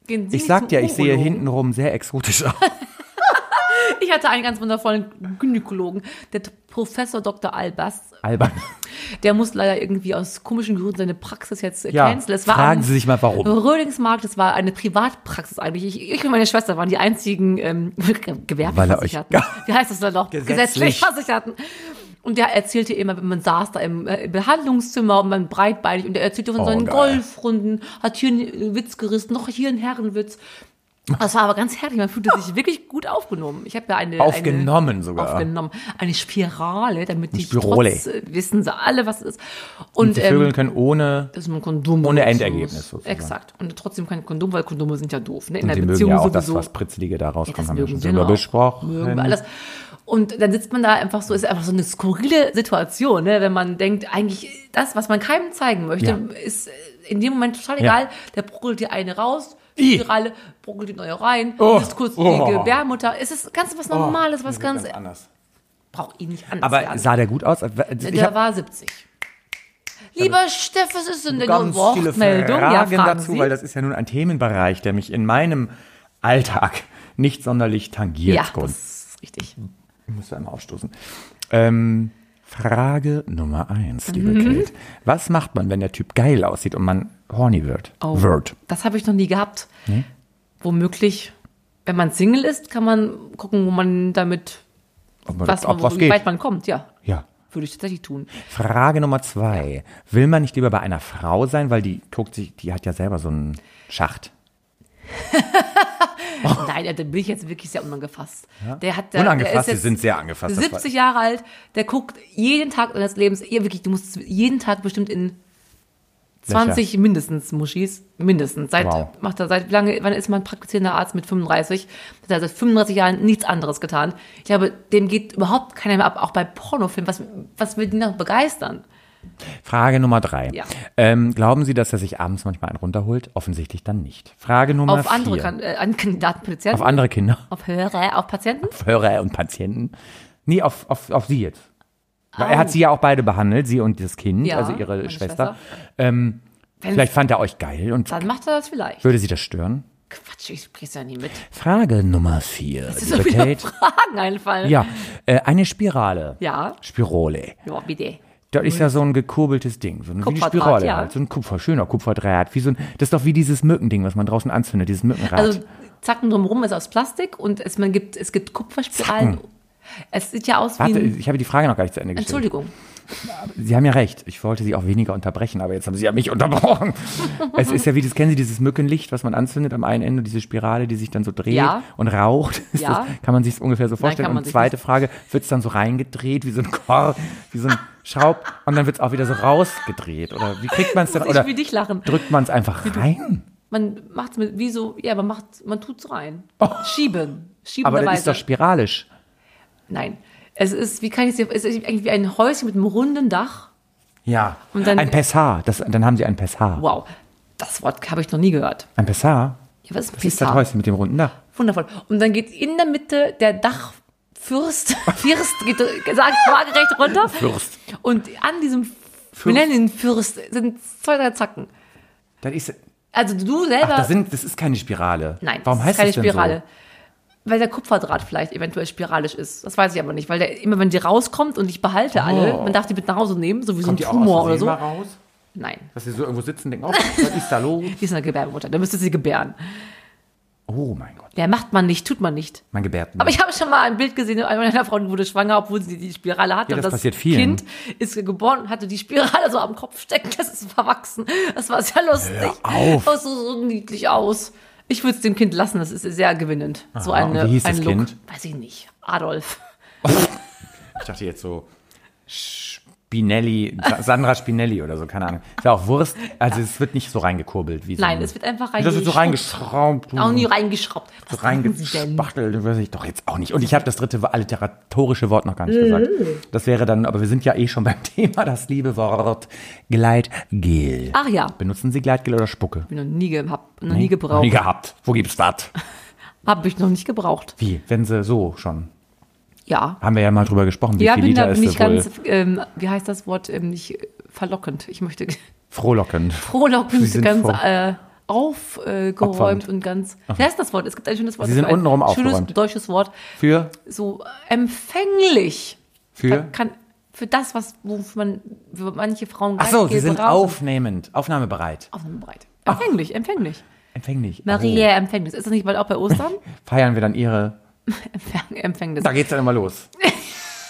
B: Gehen Sie
A: ich
B: nicht
A: sag
B: zum
A: dir, ich sehe
B: Urologen.
A: hintenrum sehr exotisch aus.
B: Ich hatte einen ganz wundervollen Gynäkologen, der T- Professor Dr. Albers.
A: Albern.
B: Der muss leider irgendwie aus komischen Gründen seine Praxis jetzt äh,
A: Ja,
B: canceln. Es war
A: fragen
B: am
A: Sie sich mal, warum.
B: Rödingsmarkt, das war eine Privatpraxis eigentlich. Ich, ich und meine Schwester waren die einzigen ähm,
A: Weil er euch-
B: Gewerbeversicherten. Wie heißt das denn noch?
A: Gesetzlich.
B: Versicherten. Und der erzählte immer, man saß da im äh, Behandlungszimmer und man breitbeinig und er erzählte von
A: Oh,
B: seinen
A: geil.
B: Golfrunden, hat hier einen äh, Witz gerissen, noch hier einen Herrenwitz. Das war aber ganz herrlich. Man fühlte sich wirklich gut aufgenommen. Ich habe ja eine
A: Aufgenommen
B: eine,
A: sogar.
B: Aufgenommen. Eine Spirale, damit die
A: Spirole.
B: trotz äh, wissen sie alle, was es ist. Und,
A: Die Vögel
B: ähm,
A: können ohne
B: das ist ein Kondom.
A: Ohne
B: benutzen
A: Endergebnis
B: muss.
A: sozusagen.
B: Exakt. Und trotzdem kein Kondom, weil Kondome sind ja doof. Ne? In
A: Und
B: der
A: sie mögen
B: Beziehung
A: ja auch das,
B: sowieso.
A: was Pritzelige da rauskommt,
B: das
A: haben wir
B: mögen
A: schon
B: sie ja
A: drüber
B: auch. mögen
A: besprochen.
B: wir alles. Und dann sitzt man da einfach so, ist einfach so eine skurrile Situation, ne? wenn man denkt, eigentlich das, was man keinem zeigen möchte,
A: Ja.
B: ist äh, in dem Moment total egal. Der bruggelt dir eine raus, die
A: Ih.
B: Spirale, bruggelt die neue rein,
A: Oh.
B: ist kurz
A: Oh.
B: die Gebärmutter. Es ist ganz was Normales, was ganz,
A: anders.
B: braucht ihn nicht anders
A: Aber
B: werden.
A: sah der gut aus? Äh, Ich
B: Der
A: hab
B: war 70. Lieber Steff, was ist denn denn
A: ganz
B: Ihre
A: viele
B: Wortmeldung? Ja,
A: Fragen
B: fragen
A: dazu,
B: Sie.
A: weil das ist ja nun ein Themenbereich, der mich in meinem Alltag nicht sonderlich tangiert.
B: ja,
A: Grund.
B: das ist richtig.
A: Ich muss da einmal aufstoßen. Ähm, Frage Nummer eins, liebe
B: Mhm.
A: Kate. Was macht man, wenn der Typ geil aussieht und man horny wird? Wird.
B: Oh, Das habe ich noch nie gehabt.
A: Hm?
B: Womöglich, wenn man Single ist, kann man gucken, wo man damit,
A: Ob, man,
B: was,
A: ob
B: man,
A: was
B: wie weit
A: geht.
B: man kommt. Ja,
A: Ja.
B: würde ich tatsächlich tun.
A: Frage Nummer zwei. Will man nicht lieber bei einer Frau sein, weil die guckt sich, die hat ja selber so einen Schacht. Oh.
B: Nein, da bin ich jetzt wirklich sehr unangefasst. Der hat, der, der ist
A: Unangefasst, sie
B: jetzt
A: sind sehr angefasst. das
B: 70 Jahre alt, der guckt jeden Tag deines Lebens, ja, wirklich, du musst jeden Tag bestimmt in 20 mindestens Muschis, mindestens. Seit,
A: Wow.
B: macht er seit, wie lange, wann ist man praktizierender Arzt mit 35? Hat er seit 35 Jahren nichts anderes getan. Ich glaube, dem geht überhaupt keiner mehr ab, auch bei Pornofilmen. Was, was will die noch begeistern?
A: Frage Nummer drei.
B: Ja.
A: Ähm, glauben Sie, dass er sich abends manchmal einen runterholt? Offensichtlich dann nicht. Frage Nummer
B: auf andere
A: vier.
B: kan äh, an Kandidaten, Patienten,
A: auf andere Kinder,
B: auf Hörer, auf Patienten?
A: Hörer und Patienten. Nee, auf, auf, auf Sie jetzt. Weil er hat Sie ja auch beide behandelt, Sie und das Kind,
B: Ja,
A: also Ihre
B: meine
A: Schwester.
B: Schwester.
A: Ähm, vielleicht fand er euch geil und
B: Dann macht er das vielleicht.
A: würde Sie das stören?
B: Quatsch, ich spreche ja nie mit.
A: Frage Nummer vier.
B: Das ist
A: liebe
B: so viele
A: Kate.
B: Fragen einfallen.
A: Ja, äh, eine Spirale.
B: Ja.
A: Spirole.
B: Ja, bitte.
A: Das ist ja so ein gekurbeltes Ding, so ein, wie eine
B: Kupferdraht,
A: Spirale
B: ja.
A: halt, so ein Kupfer, schöner Kupferdraht, wie so ein, das ist doch wie dieses Mückending, was man draußen anzündet, dieses Mückenrad.
B: Also Zacken drumherum ist aus Plastik und es, man gibt, es gibt Kupferspiralen. Es sieht ja aus wie
A: Warte,
B: ein,
A: ich habe die Frage noch gar nicht zu Ende gestellt.
B: Entschuldigung.
A: Sie haben ja recht. Ich wollte Sie auch weniger unterbrechen, aber jetzt haben Sie ja mich unterbrochen. es ist ja wie, das kennen Sie, dieses Mückenlicht, was man anzündet am einen Ende, diese Spirale, die sich dann so dreht
B: Ja.
A: und raucht. Ist
B: Ja.
A: Das, kann man sich das ungefähr so vorstellen.
B: kann man
A: Und
B: sich
A: zweite Frage, wird es dann so reingedreht, wie so ein Korb, wie so ein Schraub, und dann wird es auch wieder so rausgedreht? Oder wie kriegt man es denn?
B: Muss
A: Oder
B: ich wie dich lachen.
A: drückt man es einfach rein?
B: Man macht's mit, wie so, ja, man macht, man tut's rein.
A: Oh.
B: Schieben.
A: Aber das ist
B: Schiebenderweise.
A: doch spiralisch.
B: Nein. Es ist, wie kann ich dir, es ist eigentlich wie ein Häuschen mit einem runden Dach.
A: Ja.
B: Und dann-
A: ein Pessar. Das, dann haben Sie ein Pessar.
B: Wow. Das Wort habe ich noch nie gehört.
A: Ein Pessar?
B: Ja, was ist ein
A: Das ist das
B: Pissar?
A: Häuschen mit dem runden Dach.
B: Wundervoll. Und dann geht in der Mitte der Dachfürst, Fürst, geht gesagt, waagerecht runter.
A: Fürst.
B: Und an diesem, Fürst. wir nennen ihn Fürst, sind zwei, drei Zacken.
A: Das ist,
B: Also du
A: ach,
B: selber.
A: das, sind, das ist keine Spirale.
B: nein,
A: Warum
B: das
A: heißt
B: ist keine
A: das denn
B: Spirale.
A: so?
B: Weil der Kupferdraht vielleicht eventuell spiralisch ist. Das weiß ich aber nicht, weil der immer, wenn die rauskommt und ich behalte alle, man darf die mit nach Hause nehmen, so wie so ein
A: Oh. Kommt die auch aus
B: Tumor oder
A: Versehen
B: so.
A: mal raus?
B: Nein,
A: Dass sie so irgendwo sitzen und denken, oh, was ist da los?
B: die ist eine Gebärmutter, da müsste sie gebären.
A: Oh mein Gott,
B: Ja, macht man nicht, tut man nicht.
A: man gebärt.
B: Aber ich habe schon mal ein Bild gesehen, eine meiner Frauen wurde schwanger, obwohl sie die Spirale hatte.
A: Ja,
B: und
A: das
B: das
A: passiert vielen.
B: Kind ist geboren und hatte die Spirale so am Kopf stecken, das ist verwachsen. Das war sehr lustig.
A: auf.
B: Das sah so niedlich aus. Ich würde es dem Kind lassen, das ist sehr gewinnend. so
A: Aha,
B: eine,
A: und wie hieß
B: ein
A: das
B: Look.
A: Kind?
B: Weiß ich nicht. Adolf.
A: ich dachte jetzt so Spinelli, Sa- Sandra Spinelli oder so, keine Ahnung. Ist ja auch Wurst. Also es wird nicht so reingekurbelt. Wie so
B: Nein,
A: ein-
B: es wird einfach
A: Das wird so reingeschraubt.
B: Auch nie reingeschraubt. Was machen Sie denn?
A: reingespachtelt, weiß ich doch jetzt auch nicht. Und ich habe das dritte alliteratorische Wort noch gar nicht gesagt.
B: Mhm.
A: Das wäre dann, aber wir sind ja eh schon beim Thema, das liebe Wort Gleitgel.
B: Ach ja.
A: Benutzen Sie Gleitgel oder Spucke?
B: Bin noch nie, ge hab, noch nie gebraucht.
A: Noch nie gehabt. Wo gibt's das?
B: Habe ich noch nicht gebraucht.
A: Wie, wenn Sie so schon?
B: Ja.
A: Haben wir ja mal drüber gesprochen, wie
B: ja,
A: viel
B: bin
A: Liter
B: da
A: ist
B: nicht
A: das wohl
B: ganz, ähm, wie heißt das Wort, ähm, nicht äh, verlockend. Ich möchte
A: frohlockend. Sie
B: frohlockend
A: sind
B: ganz
A: froh.
B: äh, aufgeräumt
A: Opfernd.
B: und ganz. Wie heißt das Wort? Es gibt ein schönes Wort.
A: Sie sind
B: für ein
A: untenrum
B: Schönes
A: aufgeräumt.
B: deutsches Wort.
A: Für,
B: So äh, empfänglich.
A: für?
B: Man Kann, für das, was wofür man für manche Frauen
A: Ach so, Sie sind
B: auf.
A: aufnehmend, aufnahmebereit,
B: Aufnahmebereit. Empfänglich, empfänglich.
A: empfänglich.
B: Maria Empfängnis. Ist das nicht bald auch bei Ostern?
A: Oh. Feiern wir dann Ihre,
B: Empfäng- Empfängnis.
A: da geht's dann immer los.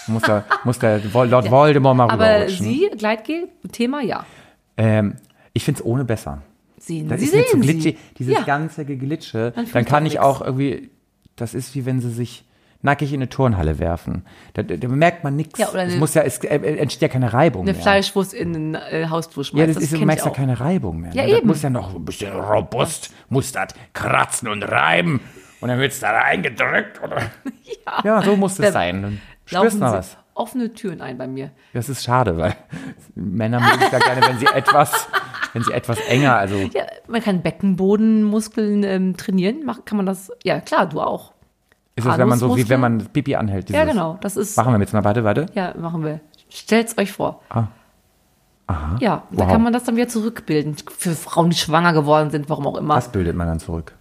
A: muss der, muss der Vol- Lord Voldemort mal
B: Aber
A: rüberrutschen.
B: Sie, Gleitgel, Thema ja.
A: Ähm, ich finde es ohne besser.
B: Sehen
A: Das
B: Sie,
A: ist mir zu
B: sehen Sie.
A: glitschig. Dieses
B: Ja.
A: ganze Geglitsche.
B: Dann fühlt
A: Dann kann
B: auch
A: ich
B: nix.
A: auch irgendwie. Das ist wie wenn sie sich nackig in eine Turnhalle werfen. Da, da, da merkt man nichts.
B: Ja, oder
A: es
B: eine-
A: muss ja, es äh, äh, entsteht ja keine Reibung
B: Eine
A: mehr.
B: Fleischwurst in den äh, Hausflur schmeißt.
A: ja, das, ist, du
B: kenn
A: merkst
B: ich
A: ja
B: auch.
A: keine Reibung mehr.
B: Ja,
A: ne? das
B: eben.
A: muss ja noch ein bisschen robust, muss das kratzen und reiben. Und dann wird es da reingedrückt. Oder?
B: Ja,
A: Ja, so muss
B: Da
A: es sein. Dann spürst
B: laufen
A: du noch
B: Sie
A: was.
B: offene Türen ein bei mir.
A: Das ist schade, weil Männer mögen es ja gerne, wenn sie etwas, wenn sie etwas enger, also
B: Ja, man kann Beckenbodenmuskeln ähm, trainieren. Mach, kann man das? Ja, klar, du auch.
A: Ist das, wenn man so wie
B: Anusmuskeln?
A: wenn man Pipi anhält? Dieses,
B: Ja, genau. Das ist.
A: Machen wir jetzt mal, warte, warte.
B: Ja, machen wir. Stellt's euch vor.
A: Ah.
B: Ja, da
A: Wow.
B: kann man das dann wieder zurückbilden. Für Frauen, die schwanger geworden sind, warum auch immer.
A: Was bildet man dann zurück?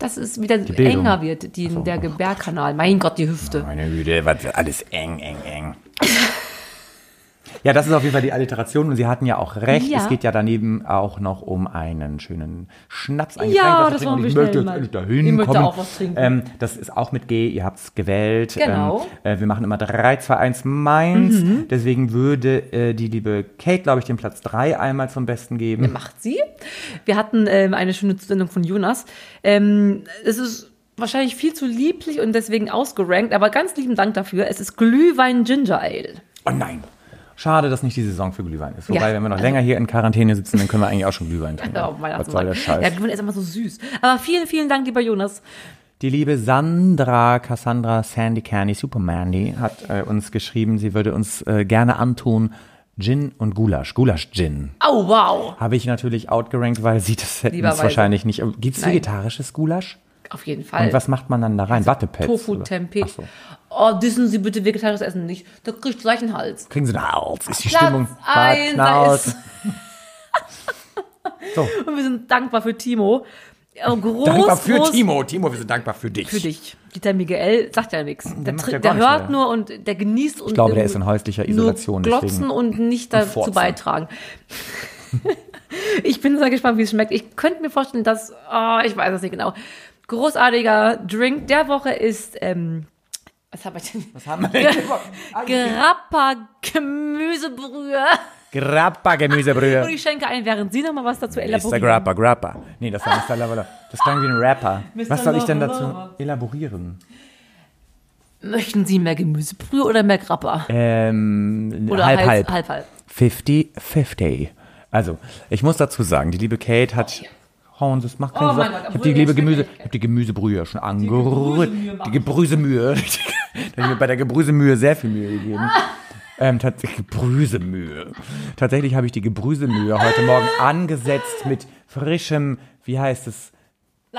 B: Das ist wieder
A: Bildung.
B: enger wird, die, der Gebärkanal. Mein Gott, die Hüfte.
A: Meine Güte, was alles eng, eng, eng. ja, das ist auf jeden Fall die Alliteration und Sie hatten ja auch recht.
B: Ja.
A: Es geht ja daneben auch noch um einen schönen Schnaps. Ein Getränk, was
B: Ja, das
A: trinken.
B: wollen
A: Und
B: wir
A: Ich möchte
B: schnell
A: jetzt
B: mal.
A: endlich dahin
B: Ich möchte
A: kommen.
B: auch was trinken.
A: Ähm, das ist auch mit G, ihr habt es gewählt.
B: Genau. Mhm.
A: Ähm, äh, wir machen immer 3, 2, 1 Mainz. Deswegen würde äh, die liebe Kate, glaube ich, den Platz 3 einmal zum Besten geben.
B: macht sie. Wir hatten ähm, eine schöne Zusendung von Jonas. Ähm, es ist wahrscheinlich viel zu lieblich und deswegen ausgerankt, aber ganz lieben Dank dafür. Es ist Glühwein Ginger Ale.
A: Oh nein. Schade, dass nicht die Saison für Glühwein ist. Wobei,
B: Ja, Genau,
A: wenn wir noch
B: also-
A: länger hier in Quarantäne sitzen, dann können wir eigentlich auch schon Glühwein trinken.
B: Ja, auf dem
A: Was soll der
B: Weihnachtsmarkt. Oh, Ja,
A: Scheiß?
B: Glühwein ist immer so süß. Aber vielen, vielen Dank, lieber Jonas.
A: Die liebe Sandra Cassandra Sandy Candy Supermandy hat äh, uns geschrieben, sie würde uns äh, gerne antun Gin und Gulasch. Gulasch-Gin.
B: Oh, wow.
A: Habe ich natürlich outgerankt, weil sie das hätten es
B: Lieberweise.
A: wahrscheinlich nicht. Gibt es
B: Nein.
A: vegetarisches Gulasch?
B: Auf jeden
A: Und
B: Fall.
A: was macht man dann da rein? Wattepads?
B: Tofu,
A: oder?
B: Tempeh.
A: Ach so.
B: Oh, dissen Sie bitte vegetarisches Essen nicht. Da kriegt gleich einen Hals.
A: Kriegen sie einen Hals. Ist die
B: Platz
A: Stimmung
B: eins, da
A: knallt.
B: ist-
A: So,
B: Und wir sind dankbar für Timo. Oh, groß,
A: dankbar für
B: groß,
A: Timo. Timo, wir sind dankbar für dich.
B: Für dich. Dieter Miguel sagt ja nichts. Der,
A: macht
B: tri-
A: ja gar
B: der
A: nichts mehr.
B: hört nur und der genießt und
A: Ich glaube, der ist in häuslicher Isolation.
B: Nur
A: deswegen.
B: glotzen und nicht dazu
A: furzen.
B: beitragen. ich bin sehr gespannt, wie es schmeckt. Ich könnte mir vorstellen, dass, ah, oh, ich weiß es nicht genau. Großartiger Drink der Woche ist ähm, Was haben wir denn?
A: Was haben wir denn?
B: Grappa Gemüsebrühe.
A: Grappa
B: Und
A: Gemüsebrühe.
B: ich schenke ein, während Sie nochmal was dazu
A: Mr.
B: elaborieren.
A: Grappa Grappa. Nee, das war Mr. Lavala. Das klang wie ein Rapper.
B: Mr.
A: Was soll ich denn
B: Lavalava.
A: dazu elaborieren?
B: Möchten Sie mehr Gemüsebrühe oder mehr Grappa?
A: Ähm,
B: Oder
A: Äh, halb,
B: halb,
A: halb.
B: halb, halb.
A: 50-50. Also, ich muss dazu sagen, die liebe Kate hat. Hauen Sie es, macht keine
B: Oh mein
A: Sache.
B: Gott,
A: ich habe
B: obwohl
A: die liebe
B: ich schmeckt
A: Gemüse,
B: echt
A: ich habe die Gemüsebrühe ja schon angerührt.
B: Gebrüsemühe macht.
A: Die Gebrüsemühe. da habe ich mir bei der Gebrüsemühe sehr viel Mühe gegeben. Ähm, tatsächlich Gebrüsemühe. Tatsächlich habe ich die Gebrüsemühe heute Morgen angesetzt mit frischem, wie heißt es,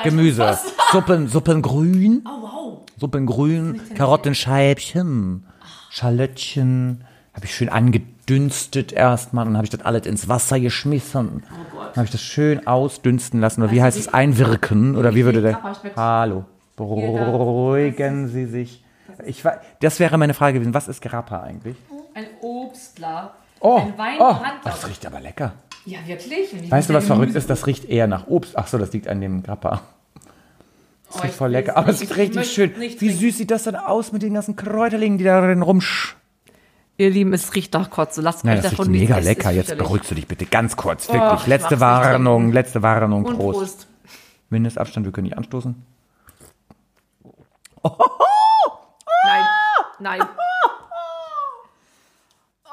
A: Gemüse.
B: Was?
A: Suppen, Suppengrün.
B: Oh, wow.
A: Suppengrün, Karottenscheibchen, Schalöttchen. Habe ich schön angedünstet erstmal und habe ich das alles ins Wasser geschmissen. Oh Gott. Habe ich das schön ausdünsten lassen oder wie heißt es einwirken oder wie würde der
B: Papa schmeckt-
A: Hallo.
B: Dank.
A: Beruhigen Sie sich. Ich war, das wäre meine Frage gewesen. Was ist Grappa eigentlich?
B: Ein Obstler.
A: Oh,
B: Ein Wein
A: oh, das
B: Handler.
A: riecht aber lecker.
B: Ja, wirklich. Wie
A: Weißt du,
B: mit
A: was
B: der
A: verrückt
B: Gemüse-
A: ist? Das riecht eher nach Obst. Ach so, das liegt an dem Grappa.
B: Oh,
A: Das riecht
B: ich
A: voll
B: will
A: lecker,
B: es
A: aber
B: nicht.
A: es
B: Ich
A: riecht richtig
B: möchte
A: schön.
B: es nicht
A: Wie
B: trinken.
A: süß sieht das dann aus mit den ganzen Kräuterlingen, die darin rumsch.
B: Ihr Lieben, es riecht nach Kotze. Lasst
A: Nein,
B: euch
A: das riecht
B: davon nichts-
A: mega
B: es
A: lecker.
B: ist
A: Jetzt
B: widerlich.
A: beruhigst du dich bitte ganz kurz, wirklich.
B: Och, ich
A: letzte
B: mach's nicht.
A: Warnung, letzte Warnung.
B: Und
A: Prost.
B: Prost.
A: Mindestabstand, wir können nicht anstoßen.
B: Nein, nein.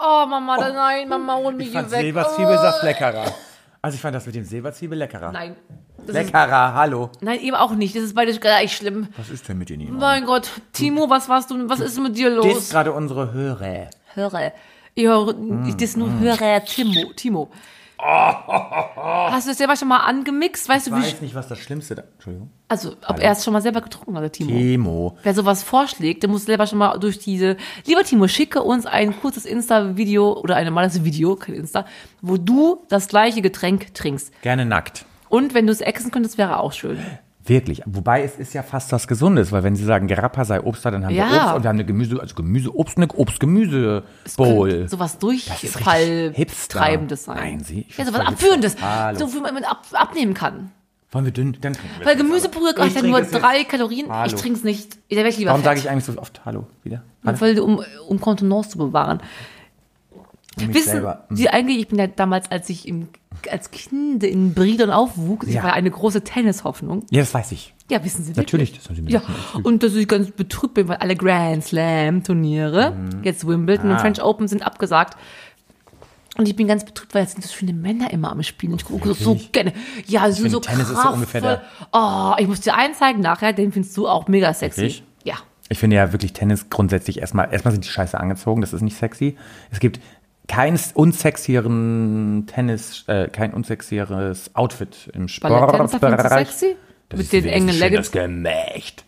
B: Oh, Mama, da- nein, Mama, hol mich hier weg. Oh.
A: Silberzwiebelsaft leckerer. Also ich fand das mit dem Silberzwiebel leckerer.
B: Nein. Das ist,
A: Leckerer, hallo.
B: nein, eben auch nicht. Das ist beides gleich schlimm.
A: Was ist denn mit Ihnen?
B: Mein Gott, Timo, was warst du? Was ist mit dir
A: Dies
B: los?
A: gerade unsere Hörer.
B: Höre. Ich höre,
A: Hm,
B: ich dis nur höre Timo. Timo.
A: Oh.
B: Hast du das selber schon mal angemixt? Weißt du, wie.
A: Weiß nicht, was das Schlimmste da... Entschuldigung.
B: Also, ob er es schon mal selber getrunken hatte,
A: Oh.
B: Timo.
A: Emo.
B: Wer sowas vorschlägt, der muss selber schon mal durch diese. Lieber Timo, schicke uns ein kurzes Insta-Video oder ein normales Video, kein Insta, wo du das gleiche Getränk trinkst.
A: Gerne nackt.
B: Und wenn du es exen könntest, wäre auch schön.
A: Wirklich. Wobei es ist ja fast was Gesundes, weil wenn Sie sagen, Grappa sei Obst, dann haben wir
B: Ja.
A: Obst und wir haben eine Gemüse, also Gemüse, Obst, eine Obst-Gemüse-Bowl.
B: Könnte Sowas
A: ist richtig
B: Durchfalltreibendes
A: hipster.
B: sein.
A: Nein, Sie, ich
B: Ja,
A: find's
B: sowas
A: voll
B: Abführendes.
A: hipster. Hallo.
B: So, wie man ab, abnehmen kann.
A: Wollen wir dünn? Dann trinken wir das
B: Weil
A: jetzt
B: Gemüsebrühe
A: aber. Ich
B: hat ja
A: trinke
B: nur
A: es jetzt.
B: drei Kalorien.
A: Hallo.
B: Ich trinke es nicht. Da wäre ich lieber
A: Warum
B: fett.
A: sage ich eigentlich so oft Hallo wieder? Hallo?
B: Weil, um, um Kontenance zu bewahren.
A: Um mich
B: Wissen
A: selber. Mhm.
B: Sie eigentlich, ich bin ja damals, als ich im, als Kind in Bridon aufwuchs, ich
A: Ja.
B: war ja eine große Tennishoffnung.
A: Ja, das weiß ich.
B: Ja, wissen Sie wirklich?
A: Natürlich, das haben Sie mir
B: Ja,
A: schon erzählt.
B: und dass ich ganz betrübt bin, weil alle Grand Slam Turniere, jetzt Wimbledon
A: Ah.
B: und French Open sind abgesagt. Und ich bin ganz betrübt, weil jetzt sind so schöne Männer immer am Spielen. Ich gucke so
A: Wirklich?
B: gerne. Ja, sie sind so
A: finde, Tennis ist so ungefähr
B: kraftvoll. Oh, ich muss dir eins zeigen nachher, den findest du auch mega sexy.
A: Wirklich?
B: Ja.
A: Ich finde ja wirklich Tennis grundsätzlich erstmal, erstmal sind die Scheiße angezogen, das ist nicht sexy. Es gibt keinen unsexieren Tennis, äh, kein unsexieres Outfit im
B: Balletttänzer findest du
A: Sportbereich.
B: sexy?
A: Das
B: Mit
A: ist
B: den
A: ein
B: engen
A: wunderschönes
B: Leggings.
A: Gemächt.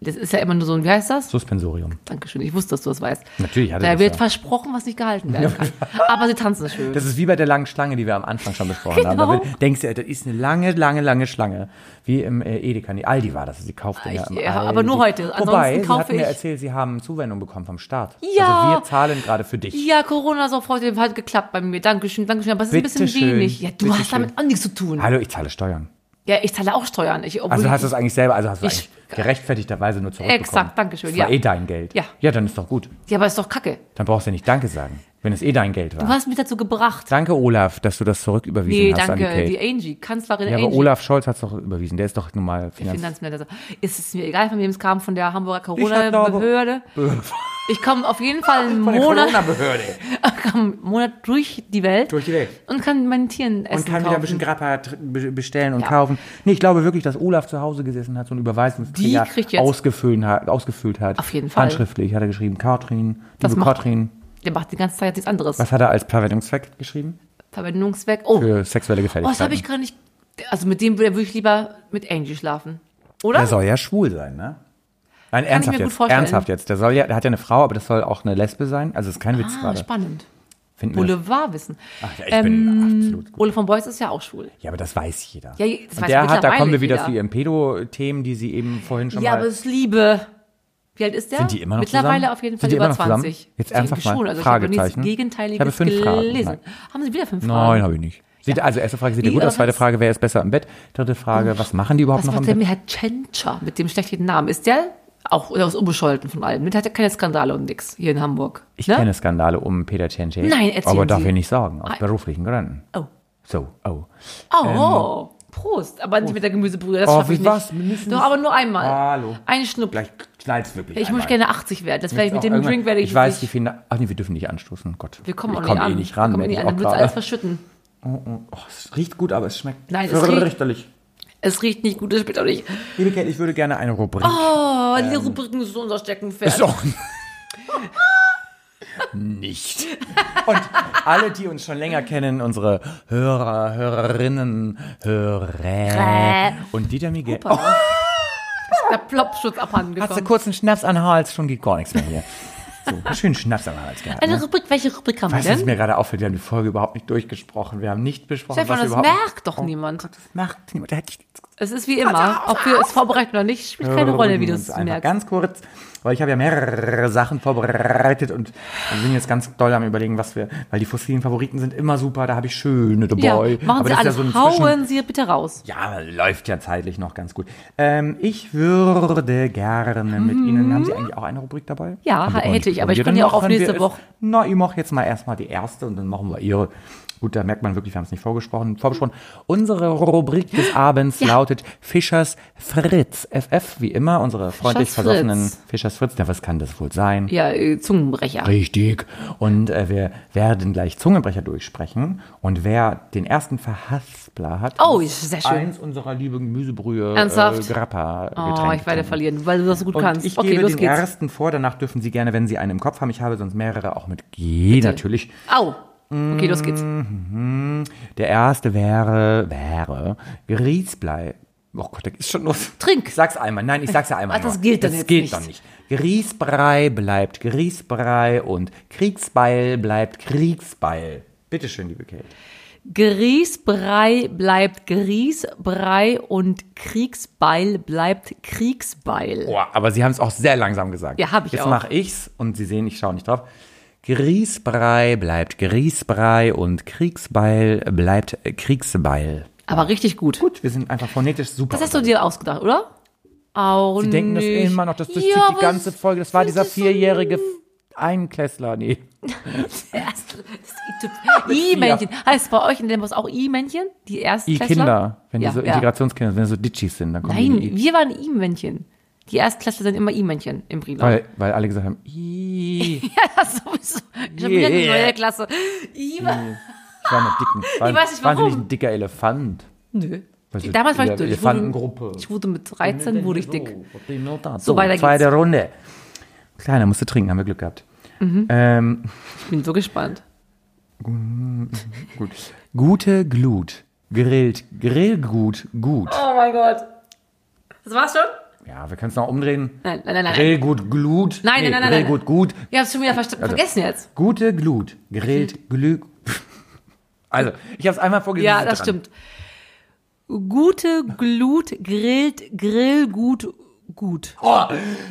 B: Das ist ja immer nur so ein, wie heißt das?
A: Suspensorium.
B: Dankeschön, ich wusste, dass du das weißt.
A: Natürlich hat er
B: Da
A: das
B: wird
A: ja.
B: versprochen, was nicht gehalten werden kann. Aber sie tanzen schön.
A: Das ist wie bei der langen Schlange, die wir am Anfang schon besprochen haben. Da
B: Genau.
A: denkst du, das ist eine lange, lange, lange Schlange. Wie im äh, Edeka. Nee, Aldi war das. Sie kauften ja
B: Ah,
A: im
B: Ich- ja,
A: Aldi.
B: aber nur heute. Ansonsten
A: Wobei, sie
B: kaufe
A: hatten mir
B: ich-
A: erzählt, sie haben Zuwendung bekommen vom Staat. Also
B: Ja.
A: wir zahlen gerade für dich.
B: ja, corona so heute hat geklappt bei mir. Dankeschön, Dankeschön. Aber es ist ein bisschen
A: Bitteschön.
B: wenig. Ja, du
A: Bitteschön.
B: hast damit auch nichts zu tun.
A: Hallo, ich zahle Steuern.
B: Ja, ich zahle auch Steuern. Ich, obwohl
A: Also hast du es eigentlich selber, also hast du
B: Ich-
A: eigentlich gerechtfertigterweise nur zurückbekommen.
B: Exakt, Dankeschön,
A: Das war
B: ja.
A: eh dein Geld.
B: Ja.
A: Ja, dann ist doch gut.
B: ja, aber ist doch kacke.
A: Dann brauchst du ja nicht Danke sagen, wenn es eh dein Geld
B: Du
A: war.
B: hast mich dazu gebracht.
A: Danke, Olaf, dass du das zurücküberwiesen
B: Nee,
A: hast an die
B: danke,
A: Kate.
B: die Angie, Kanzlerin
A: ja, aber
B: Angie.
A: Olaf Scholz hat es doch überwiesen. Der ist doch nun mal Finanz...
B: Finanzminister. Ist es mir egal, von wem es kam, von der Hamburger
A: hatte aber-
B: Corona-Behörde. Ich komme auf jeden Fall einen
A: Von der
B: Monat,
A: Corona-Behörde.
B: komm, einen Monat durch die Welt.
A: Durch die Welt.
B: Und kann meinen Tieren Essen
A: Und kann wieder
B: kaufen.
A: ein bisschen Grappa tr- be- bestellen und kaufen. Nee, ich glaube wirklich, dass Olaf zu Hause gesessen hat, so einen Überweisungsträger
B: Die kriegt jetzt-
A: ausgefüllt hat, ausgefüllt hat.
B: Auf jeden Fall.
A: Handschriftlich hat er geschrieben, Katrin,
B: Das
A: liebe
B: macht-
A: Katrin.
B: Der macht die ganze Zeit nichts anderes.
A: Was hat er als Verwendungszweck geschrieben?
B: Verwendungszweck. Oh,
A: Für sexuelle
B: oh das
A: Gefälligkeiten.
B: habe ich gar nicht. Also mit dem würde ich lieber mit Angie schlafen. Oder?
A: der soll ja schwul sein, ne? Nein,
B: ich mir
A: ernsthaft
B: gut
A: jetzt.
B: vorstellen.
A: Ernsthaft jetzt. Der soll ja, der hat ja eine Frau, aber das soll auch eine Lesbe sein. Also ist kein Witz
B: ah,
A: gerade.
B: spannend.
A: Finden wir das-
B: Boulevardwissen.
A: Ach, ja, ich bin absolut.
B: Ähm, Ole von Beuys ist ja auch schwul.
A: Ja, aber das weiß jeder.
B: Ja, das
A: und
B: weiß
A: der hat, da kommen wir
B: mittlerweile
A: wieder
B: jeder.
A: zu ihren Pedo-Themen, die sie eben vorhin schon
B: Ja,
A: mal
B: aber es ist Liebe. Wie alt ist der?
A: Sind die immer noch
B: Mittlerweile
A: zusammen?
B: auf jeden
A: Sind
B: Fall
A: die immer
B: über
A: noch zusammen?
B: 20.
A: Jetzt
B: Ich denke
A: ernsthaft mal?
B: Schon. Also ich habe nichts
A: Fragezeichen?
B: Gegenteiliges
A: Ich habe fünf Fragen.
B: gelesen.
A: Nein.
B: Haben Sie wieder fünf Fragen?
A: Nein, habe ich nicht. Sieht, Also erste Frage, sieht er
B: Wie
A: gut aus?
B: auch
A: Zweite
B: als-
A: Frage, wer ist besser im Bett? Dritte Frage, was machen die überhaupt
B: Was
A: noch im
B: macht der
A: Bett?
B: mit Herr Tschentscher mit dem schlechten Namen? Ist der Auch aus Unbescholten von allem. Mit hat ja keine Skandale und nix hier in Hamburg.
A: Ich
B: ne?
A: kenne Skandale um Peter Tschentsche.
B: Nein, erzählen
A: Aber darf
B: Sie.
A: ich nicht sagen, aus
B: Ah.
A: beruflichen Gründen.
B: Oh.
A: So, oh.
B: Oh, Prost. Aber nicht mit der Gemüsebrühe, das
A: Oh,
B: schaffe ich
A: wie
B: nicht.
A: was? Mindestens-
B: Doch, aber nur einmal.
A: Hallo.
B: Einen Schnupp.
A: Gleich knallt's wirklich.
B: Ich
A: einmal.
B: möchte gerne 80 werden. Das werde ich mit
A: Auch
B: dem
A: irgendwann-
B: Drink werde ich,
A: Ich weiß, die
B: nicht.
A: Finale. Ach nee, wir dürfen nicht anstoßen. Gott.
B: Wir kommen auch
A: ich
B: nicht
A: komm
B: an.
A: eh nicht ran.
B: Wir kommen
A: merk
B: nicht
A: ich
B: an. Dann
A: auch
B: wird
A: gerade.
B: alles verschütten.
A: oh, es riecht gut, aber es schmeckt
B: Nein, es riecht-
A: fürchterlich.
B: Es riecht nicht gut, das schmeckt auch nicht.
A: Liebe Kate, ich würde gerne eine Rubrik.
B: Oh, diese Rubriken sind unser Steckenpferd.
A: Ähm. Ist doch. Nicht. Und alle, die uns schon länger kennen, unsere Hörer, Hörerinnen, Hörer
B: Rä.
A: und Dieter Miguel.
B: Super. Der Plopschutz abhanden
A: Hast du
B: gekommen.
A: kurz einen Schnaps an den Hals, schon geht gar nichts mehr hier. So, einen schönen Schnaps an den Hals gehabt.
B: Eine
A: Ne?
B: Rubrik, welche Rubrik haben wir
A: Weißt du, was
B: denn?
A: mir gerade auffällt? Wir haben die Folge überhaupt nicht durchgesprochen. Wir haben nicht besprochen,
B: Stefan,
A: was wir
B: das
A: überhaupt... Oh
B: merkt doch niemand.
A: Das merkt niemand. Da hätte ich
B: Es ist wie immer, ob wir es vorbereiten oder nicht, spielt keine Rolle, wie du es
A: Einfach
B: merkst.
A: Ganz kurz, weil ich habe ja mehrere Sachen vorbereitet und wir sind jetzt ganz doll am überlegen, was wir, weil die fossilen Favoriten sind immer super, da habe ich schöne
B: Ja,
A: dabei.
B: machen Sie
A: das ist
B: alles.
A: ein Zwischen-
B: Hauen Sie bitte raus.
A: ja, läuft ja zeitlich noch ganz gut. Ähm, ich würde gerne mit Ihnen, haben Sie eigentlich auch eine Rubrik dabei?
B: Mhm. Ja,
A: Haben wir
B: hätte
A: auch nicht
B: ich, aber ich
A: probiert.
B: kann
A: Dann
B: ja auch auf
A: machen wir
B: nächste
A: es-
B: Woche.
A: Na, ich mache jetzt mal erstmal die erste und dann machen wir Ihre. Gut, da merkt man wirklich, wir haben es nicht vorgesprochen, vorbesprochen. Unsere Rubrik des Abends lautet Fischers Fritz. FF, wie immer, unsere freundlich
B: Fischers
A: versoffenen
B: Fritz.
A: Fischers Fritz. Na, was kann das wohl sein?
B: Ja, äh, Zungenbrecher.
A: Richtig. Und äh, wir werden gleich Zungenbrecher durchsprechen. Und wer den ersten Verhaspler hat,
B: Oh,
A: ist
B: sehr schön.
A: eins unserer lieben Gemüsebrühe
B: Ernsthaft?
A: Äh, Grappa
B: Oh, ich werde verlieren, weil du das so gut
A: Und
B: kannst.
A: ich
B: okay,
A: gebe
B: los
A: den
B: geht's.
A: ersten vor, danach dürfen Sie gerne, wenn Sie einen im Kopf haben, ich habe sonst mehrere, auch mit G natürlich.
B: Au. Okay, los geht's.
A: Mm. Der erste wäre, wäre Grießblei. Oh Gott, da ist schon los.
B: Trink.
A: Ich sag's einmal. Nein, ich sag's ja einmal.
B: Ach, das
A: nur.
B: gilt dann
A: das
B: jetzt
A: gilt
B: nicht.
A: Doch nicht. Grießbrei bleibt Grießbrei und Kriegsbeil bleibt Kriegsbeil. Bitteschön, liebe Kate.
B: Grießbrei bleibt Grießbrei und Kriegsbeil bleibt Kriegsbeil.
A: Boah, aber Sie haben es auch sehr langsam gesagt.
B: Ja, hab ich
A: Jetzt
B: auch.
A: mache ich's und Sie sehen, ich schaue nicht drauf. Grießbrei bleibt Grießbrei und Kriegsbeil bleibt Kriegsbeil.
B: Aber richtig gut.
A: Gut, wir sind einfach phonetisch super.
B: Das hast du dir ausgedacht, oder? Auch
A: Sie denken das
B: nicht.
A: immer noch, das durchzieht
B: Ja,
A: die ganze
B: was-
A: Folge. Das war
B: das
A: dieser
B: ist so-
A: vierjährige Einklässler, nee.
B: Das ist die- I-Männchen. Heißt es bei euch in dem Haus auch I-Männchen? Die ersten
A: Die Kinder, wenn
B: Ja,
A: die so
B: ja.
A: Integrationskinder sind, wenn die so Ditchis sind, dann kommen
B: Nein,
A: die.
B: wir waren I-Männchen. Die Erstklässler sind immer I-Männchen im Brieflauf.
A: Weil, weil alle gesagt haben, "Ih." ich
B: Ja, das sowieso. Ich habe wieder eine
A: Yeah. Mm.
B: neue Klasse. I
A: war eine dicken, war,
B: weiß nicht,
A: waren sie
B: warum.
A: nicht ein dicker Elefant.
B: Nö.
A: Weil sie
B: Damals war
A: in
B: ich
A: der
B: dünn. Ich
A: Elefantengruppe.
B: wurde, ich wurde mit 13 wurde ich dick.
A: So,
B: weiter geht's.
A: zweite Runde. Kleiner, musst du trinken, haben wir Glück gehabt.
B: Mhm.
A: Ähm,
B: Ich bin so gespannt.
A: gut. Gute Glut. Grillt, Grillgut, gut.
B: Oh mein Gott. Das war's schon?
A: Ja, wir können es noch umdrehen.
B: Nein, nein, nein, nein.
A: Grillgut, Glut.
B: Nein, nein, nein, nein, nein.
A: Grillgut, gut.
B: Ihr habt es schon wieder versta-
A: Also,
B: vergessen jetzt.
A: Gute Glut. Grillt, Glück. Also, ich habe es einmal vorgelesen.
B: Ja,
A: sie
B: das
A: dran.
B: stimmt. Gute Glut grillt Grillgut gut.
A: Oh,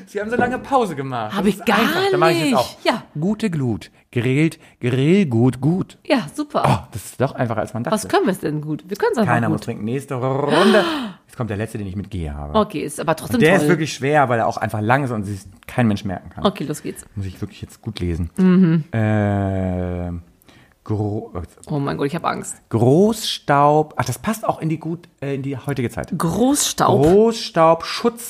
A: Sie haben so lange Pause gemacht.
B: Hab
A: Das
B: ich
A: ist
B: gar
A: Dann mache ich jetzt auch.
B: nicht. Ja.
A: Gute Glut. Grillt, Grillgut, gut.
B: Ja, super.
A: Oh, das ist doch einfacher, als man dachte.
B: Was können wir es denn gut? Wir können es einfach
A: Keiner muss
B: gut.
A: trinken. Nächste Runde. Jetzt kommt der letzte, den ich mit G habe.
B: Okay, ist aber trotzdem
A: Der
B: Oh, toll.
A: ist wirklich schwer, weil er auch einfach lang ist und sich kein Mensch merken kann.
B: okay, los geht's.
A: Muss ich wirklich jetzt gut lesen. Mhm. gro äh,
B: Oh mein Gott, ich habe Angst.
A: Großstaub. Ach, das passt auch in die, gut, äh, in die heutige Zeit.
B: Großstaub.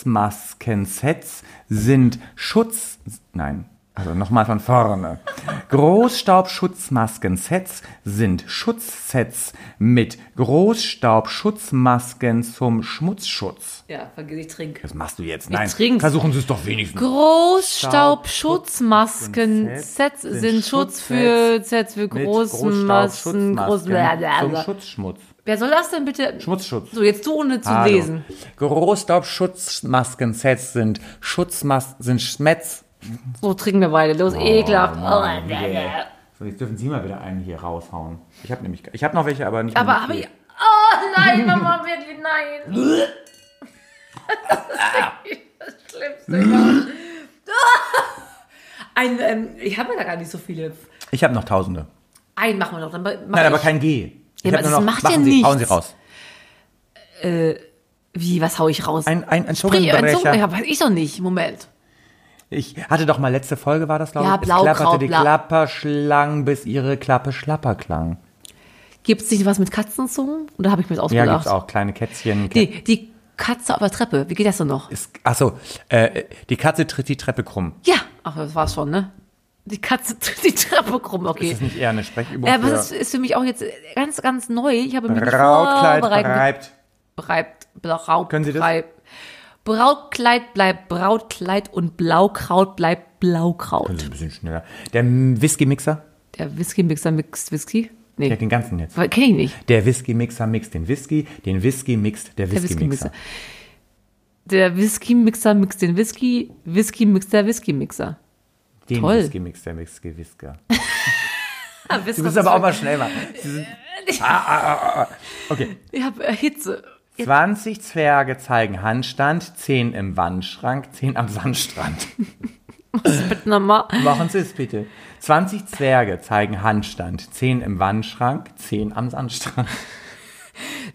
A: Großstaubschutzmaskensets sind Schutz. Nein, also nochmal von vorne. Großstaubschutzmaskensets sind Schutzsets mit Großstaubschutzmasken zum Schmutzschutz.
B: ja, vergiss, ich trinke.
A: Das machst du jetzt. Nein,
B: trink's.
A: versuchen Sie es doch wenigstens.
B: Großstaubschutzmasken-Sets sind Schutz für Sets für
A: mit
B: Großmassen, großen.
A: Großstaubschutzmasken zum Schutzschmutz.
B: Wer soll das denn bitte?
A: Schmutzschutz.
B: So, jetzt du ohne zu
A: Hallo.
B: lesen.
A: Großstaubschutzmaskensets sind Schutzmas sind Schmetz.
B: So trinken wir beide. Los, ekelhaft. Oh, bäh, bäh.
A: So, jetzt dürfen Sie mal wieder einen hier raushauen. Ich habe nämlich, ich habe noch welche, aber nicht.
B: Aber habe ich. Oh nein, Mama, wirklich nein. Das ist wirklich das Schlimmste. überhaupt. Ein, ähm, ich habe ja da gar nicht so viele.
A: Ich habe noch Tausende.
B: Einen machen wir noch. Dann mach
A: Nein, aber
B: ich-
A: kein G. Ich
B: Ja,
A: hab nur
B: aber das
A: noch-
B: macht
A: machen
B: ja
A: Sie,
B: nichts.
A: Hauen Sie raus.
B: Wie, was hau ich raus?
A: Ein, ein, ein
B: Pri- äh, ein Zungenbrecher.
A: Zungenbrecher.
B: Weiß ich doch nicht. Moment.
A: Ich hatte doch mal letzte Folge, war das, glaube
B: Ja,
A: ich.
B: Blaukraut,
A: es klapperte die
B: bla-
A: Klapper schlang, bis ihre Klappe schlapper klang.
B: Gibt es nicht was mit Katzenzungen? Oder habe ich mir das
A: Ja,
B: ausgedacht?
A: gibt's auch. Kleine Kätzchen. Kä
B: Nee, die Katze auf der Treppe. Wie geht das denn noch?
A: ist, achso, äh, die Katze tritt die Treppe krumm.
B: Ja, ach, das war's schon, ne? Die Katze tritt die Treppe krumm, okay.
A: Ist das nicht eher eine Sprechübung?
B: Ja, aber
A: für
B: das ist für mich auch jetzt ganz, ganz neu. Ich habe mich nicht
A: Brautkleid
B: vorbereitet.
A: bereibt.
B: Breibt, Braut,
A: Können Sie das?
B: Breib- Brautkleid bleibt Brautkleid und Blaukraut bleibt
A: Also
B: Blaukraut.
A: ein bisschen schneller. Der Whisky-Mixer,
B: Der Whisky-Mixer mixt Whisky?
A: der
B: Nee,
A: hat den ganzen jetzt.
B: kenne ich nicht.
A: Der Whisky-Mixer mixt den Whisky, den Whisky mixt der
B: Der Whisky-Mixer.
A: Whisky-Mixer.
B: Der Whisky-Mixer mixt den Whisky, Whisky mixt der Whisky-Mixer.
A: Den
B: Toll.
A: Whisky-Mix, der Whisky-Whisker.
B: Ah,
A: Du bist
B: Whisky-
A: aber auch mal schnell mal. Sie sind- ah, ah, ah, ah. Okay.
B: Ich habe äh, Hitze.
A: 20 Zwerge zeigen Handstand, 10 im Wandschrank, 10 am Sandstrand.
B: Bitte nochmal.
A: Machen Sie es bitte. 20 Zwerge zeigen Handstand, 10 im Wandschrank, 10 am Sandstrand.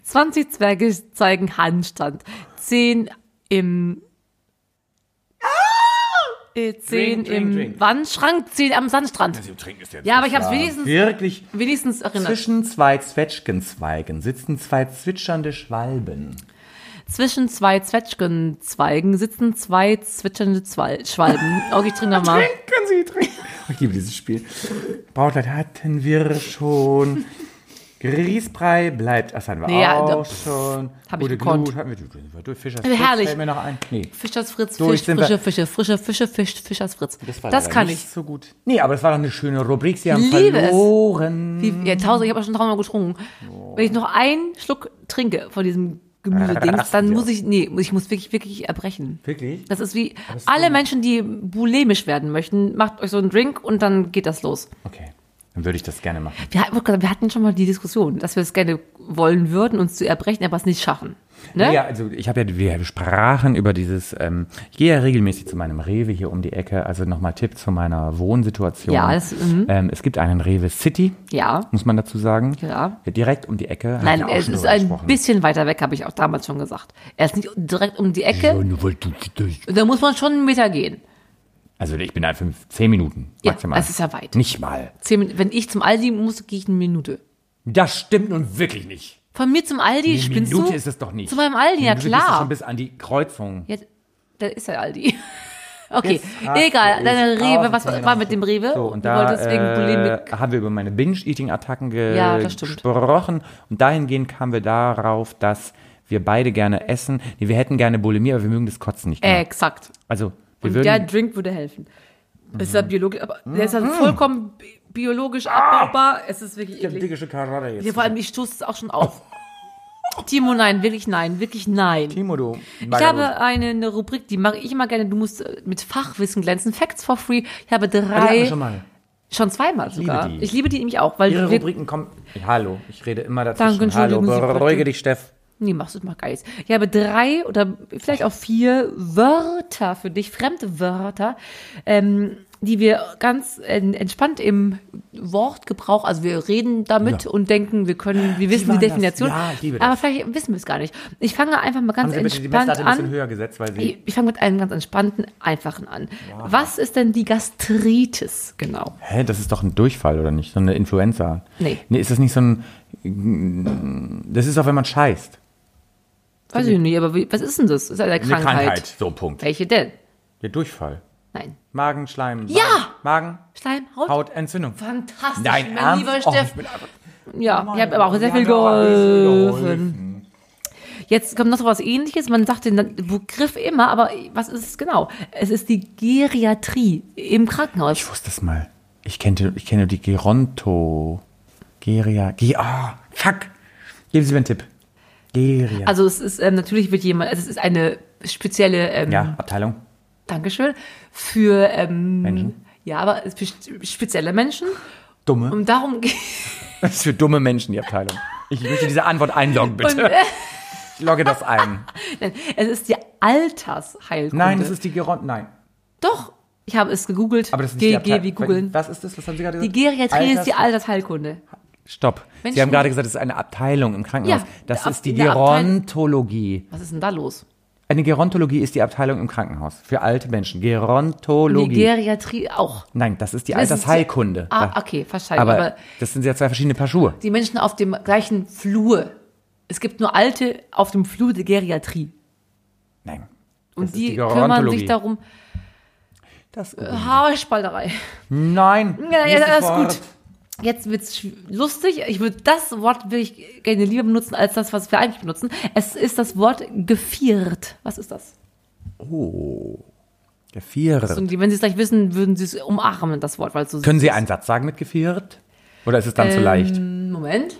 B: 20 Zwerge zeigen Handstand. 10 im. Äh, 10
A: Ah! Drink, drink,
B: im
A: drink.
B: Wandschrank, 10 am Sandstrand. ja, aber ich habe es wenigstens,
A: Wirklich.
B: wenigstens erinnert. Zwischen,
A: Zwischen zwei Zwetschgenzweigen sitzen zwei zwitschernde Schwalben.
B: zwei Zwetschgenzweigen sitzen zwei zwitschernde Zwal Schwalben. Okay, ich trinke nochmal.
A: Können Sie trinken? Oh, Ich liebe dieses Spiel. Brautkleid hatten wir schon. Grießbrei bleibt, das hatten wir
B: Nee, ja, da-
A: auch
B: pff,
A: schon.
B: hab ich
A: Gute
B: gekonnt.
A: Glut hatten wir. Du- du- du- Fischers
B: Herrlich.
A: Fritz fällt mir noch ein. Nee,
B: Fischers Fritz,
A: Durch
B: Fisch,
A: sind wir.
B: frische Fische, frische Fische, Fisch, Fischers Fritz. Das,
A: war leider
B: kann
A: nicht
B: ich.
A: so gut. Nee, aber das war doch eine schöne Rubrik. Sie haben
B: liebe es.
A: verloren.
B: Wie, ja, tausend, ich habe auch schon tausendmal getrunken. Wenn ich noch einen Schluck trinke von diesem Gemüsedings, dann muss ich, nee, ich muss wirklich, wirklich erbrechen.
A: Wirklich?
B: Das ist wie alle Menschen, die bulimisch werden möchten, macht euch so einen Drink und dann geht das los.
A: Okay, dann würde ich das gerne machen.
B: Wir, hat- wir hatten schon mal die Diskussion, dass wir es gerne wollen würden, uns zu erbrechen, aber es nicht schaffen. Ne?
A: Ja, also ich habe ja, wir sprachen über dieses, ähm, ich gehe ja regelmäßig zu meinem Rewe hier um die Ecke, also nochmal Tipp zu meiner Wohnsituation.
B: Ja, das- mhm.
A: ähm, es gibt einen Rewe City,
B: Ja.
A: muss man dazu sagen.
B: Ja.
A: Direkt um die Ecke. Hab
B: Nein,
A: ich auch
B: es
A: schon
B: ist
A: drüber
B: ein
A: gesprochen.
B: bisschen weiter weg, habe ich auch damals schon gesagt. Er ist nicht direkt um die Ecke,
A: Ja, weil du-
B: da muss man schon einen Meter gehen.
A: Also ich bin da fünf, zehn Minuten
B: Ja,
A: maximal.
B: das ist ja weit.
A: Nicht mal.
B: Zehn Min- Wenn ich zum Aldi muss, gehe ich eine Minute.
A: Das stimmt nun wirklich nicht.
B: Von mir zum Aldi,
A: Eine
B: spinnst
A: Minute
B: du?
A: ist es doch nicht.
B: Zu meinem Aldi, ja
A: Du bist doch schon
B: klar.
A: bis an die Kreuzung.
B: Ja, da ist ja Aldi. Okay,
A: Jetzt hast
B: egal.
A: du
B: Deine
A: es.
B: Rewe,
A: Ah,
B: was
A: okay,
B: war mit dem Rewe?
A: So, und
B: Du
A: da
B: wolltest wegen
A: äh,
B: Bulimik.
A: haben wir über meine Binge-Eating-Attacken ge
B: Ja, das stimmt.
A: gesprochen. Und dahingehend kamen wir darauf, dass wir beide gerne essen. Nee, wir hätten gerne Bulimie, aber wir mögen das Kotzen nicht. Genau.
B: Exakt.
A: also, wir
B: Äh, Und
A: würden... Mhm.
B: der Drink würde helfen. Es ist ja biologisch, aber der ist ja vollkommen bi- biologisch
A: Ah!
B: abbaubar. Es ist wirklich eklig.
A: dicke Karate jetzt.
B: Ja, vor allem, ich stoße es auch schon auf. Timo, nein, wirklich nein, wirklich nein.
A: Timo, du.
B: Ich habe eine, eine Rubrik, die mache ich immer gerne. Du musst äh, mit Fachwissen glänzen. Facts for free. Ich
A: Ah,
B: habe drei,
A: schon mal.
B: schon zweimal sogar.
A: die.
B: Ich liebe die nämlich auch, weil
A: Ihre
B: wir-
A: Rubriken kommen... Hallo, ich rede immer dazwischen.
B: Danke,
A: Hallo,
B: entschuldigen Sie bitte.
A: beruhige dich, Steff.
B: Nee, machst du mal geil. jetzt. Ich habe drei oder vielleicht auch vier Wörter für dich, fremde Wörter, ähm, die wir ganz äh, entspannt im Wortgebrauch, also wir reden damit und denken, wir können, wir wissen die
A: waren das.
B: Definition,
A: Ja, ich liebe das.
B: aber vielleicht wissen wir es gar nicht. Ich fange einfach mal
A: Haben
B: ganz
A: Sie bitte die
B: entspannt
A: Messlatte ein bisschen
B: an.
A: höher gesetzt, weil Sie...
B: Ich, ich fange mit einem ganz entspannten, einfachen an. Was ist denn die Gastritis genau?
A: Hä, das ist doch ein Durchfall, oder nicht? So eine Influenza.
B: Nee.
A: Nee, ist das nicht so ein... Das ist doch, wenn man scheißt.
B: Weiß ich nicht, aber wie, was ist denn das? Ist eine Krankheit.
A: So, Punkt.
B: Welche denn?
A: Der Durchfall.
B: Nein.
A: Magenschleim.
B: Ja!
A: Magen,
B: Schleimhaut?
A: Hautentzündung.
B: Fantastisch,
A: Nein,
B: mein
A: ernst?
B: lieber
A: Oh,
B: Steff.
A: ich bin einfach-
B: Ja, ich habe aber auch sehr
A: Ja,
B: viel
A: da haben wir so
B: geholfen. Jetzt kommt noch so was ähnliches. Man sagt den Begriff immer, aber was ist es genau? Es ist die Geriatrie im
A: Ich
B: Krankenhaus.
A: wusste es mal. Ich kenne, ich kenne die Geronto. Geria. Ge ah, fuck. Geben Sie mir einen Tipp. Geria.
B: Also es ist ähm, natürlich wird jemand, also es ist eine spezielle ähm,
A: ja, Abteilung.
B: Dankeschön für ähm,
A: Menschen.
B: Ja, aber es ist für spezielle Menschen.
A: Dumme.
B: Und darum geht
A: Das ist für dumme Menschen die Abteilung. Ich möchte diese Antwort einloggen, bitte. Ich logge das ein.
B: es ist die Altersheilkunde.
A: Nein, das ist die Geronto. Nein.
B: doch. Ich habe es gegoogelt.
A: Aber das ist nicht
B: Geh,
A: die Abteilung.
B: geh, wie googeln.
A: Was ist das? Was haben Sie gerade
B: Die
A: gesagt?
B: Geriatrie ist die
A: Alters-
B: Altersheilkunde.
A: Stopp.
B: Menschen-
A: Sie haben gerade gesagt, es ist eine Abteilung im Krankenhaus.
B: Ja,
A: das
B: ab-
A: ist die
B: in der Abteil-
A: Gerontologie.
B: Was ist denn da los?
A: Äh, Eine Gerontologie ist die Abteilung im Krankenhaus für alte Menschen. Gerontologie.
B: Geriatrie auch.
A: Nein, das ist die
B: Das ist-
A: Altersheilkunde.
B: Ah,
A: Da-
B: okay, verstanden.
A: aber,
B: aber
A: das sind ja zwei verschiedene Paar Schuhe.
B: die Menschen auf dem gleichen Flur. Es gibt nur Alte auf dem Flur der Geriatrie.
A: Nein.
B: Und
A: das ist
B: die,
A: die
B: kümmern sich
A: Gerontologie.
B: darum.
A: Das
B: Haarspalterei.
A: Nein.
B: Ja, ja,
A: nächstes
B: das ist
A: Wort.
B: gut. Jetzt wird's schw- lustig. Ich würde das Wort wirklich gerne lieber benutzen als das, was wir eigentlich benutzen. Es ist das Wort geviert. Was ist das?
A: Geviert.
B: Und die- wenn Sie es gleich wissen, würden Sie es umarmen, das Wort, weil es so
A: Können Sie einen Satz sagen mit geviert? Oder ist es dann zu
B: Ähm,
A: leicht?
B: Moment.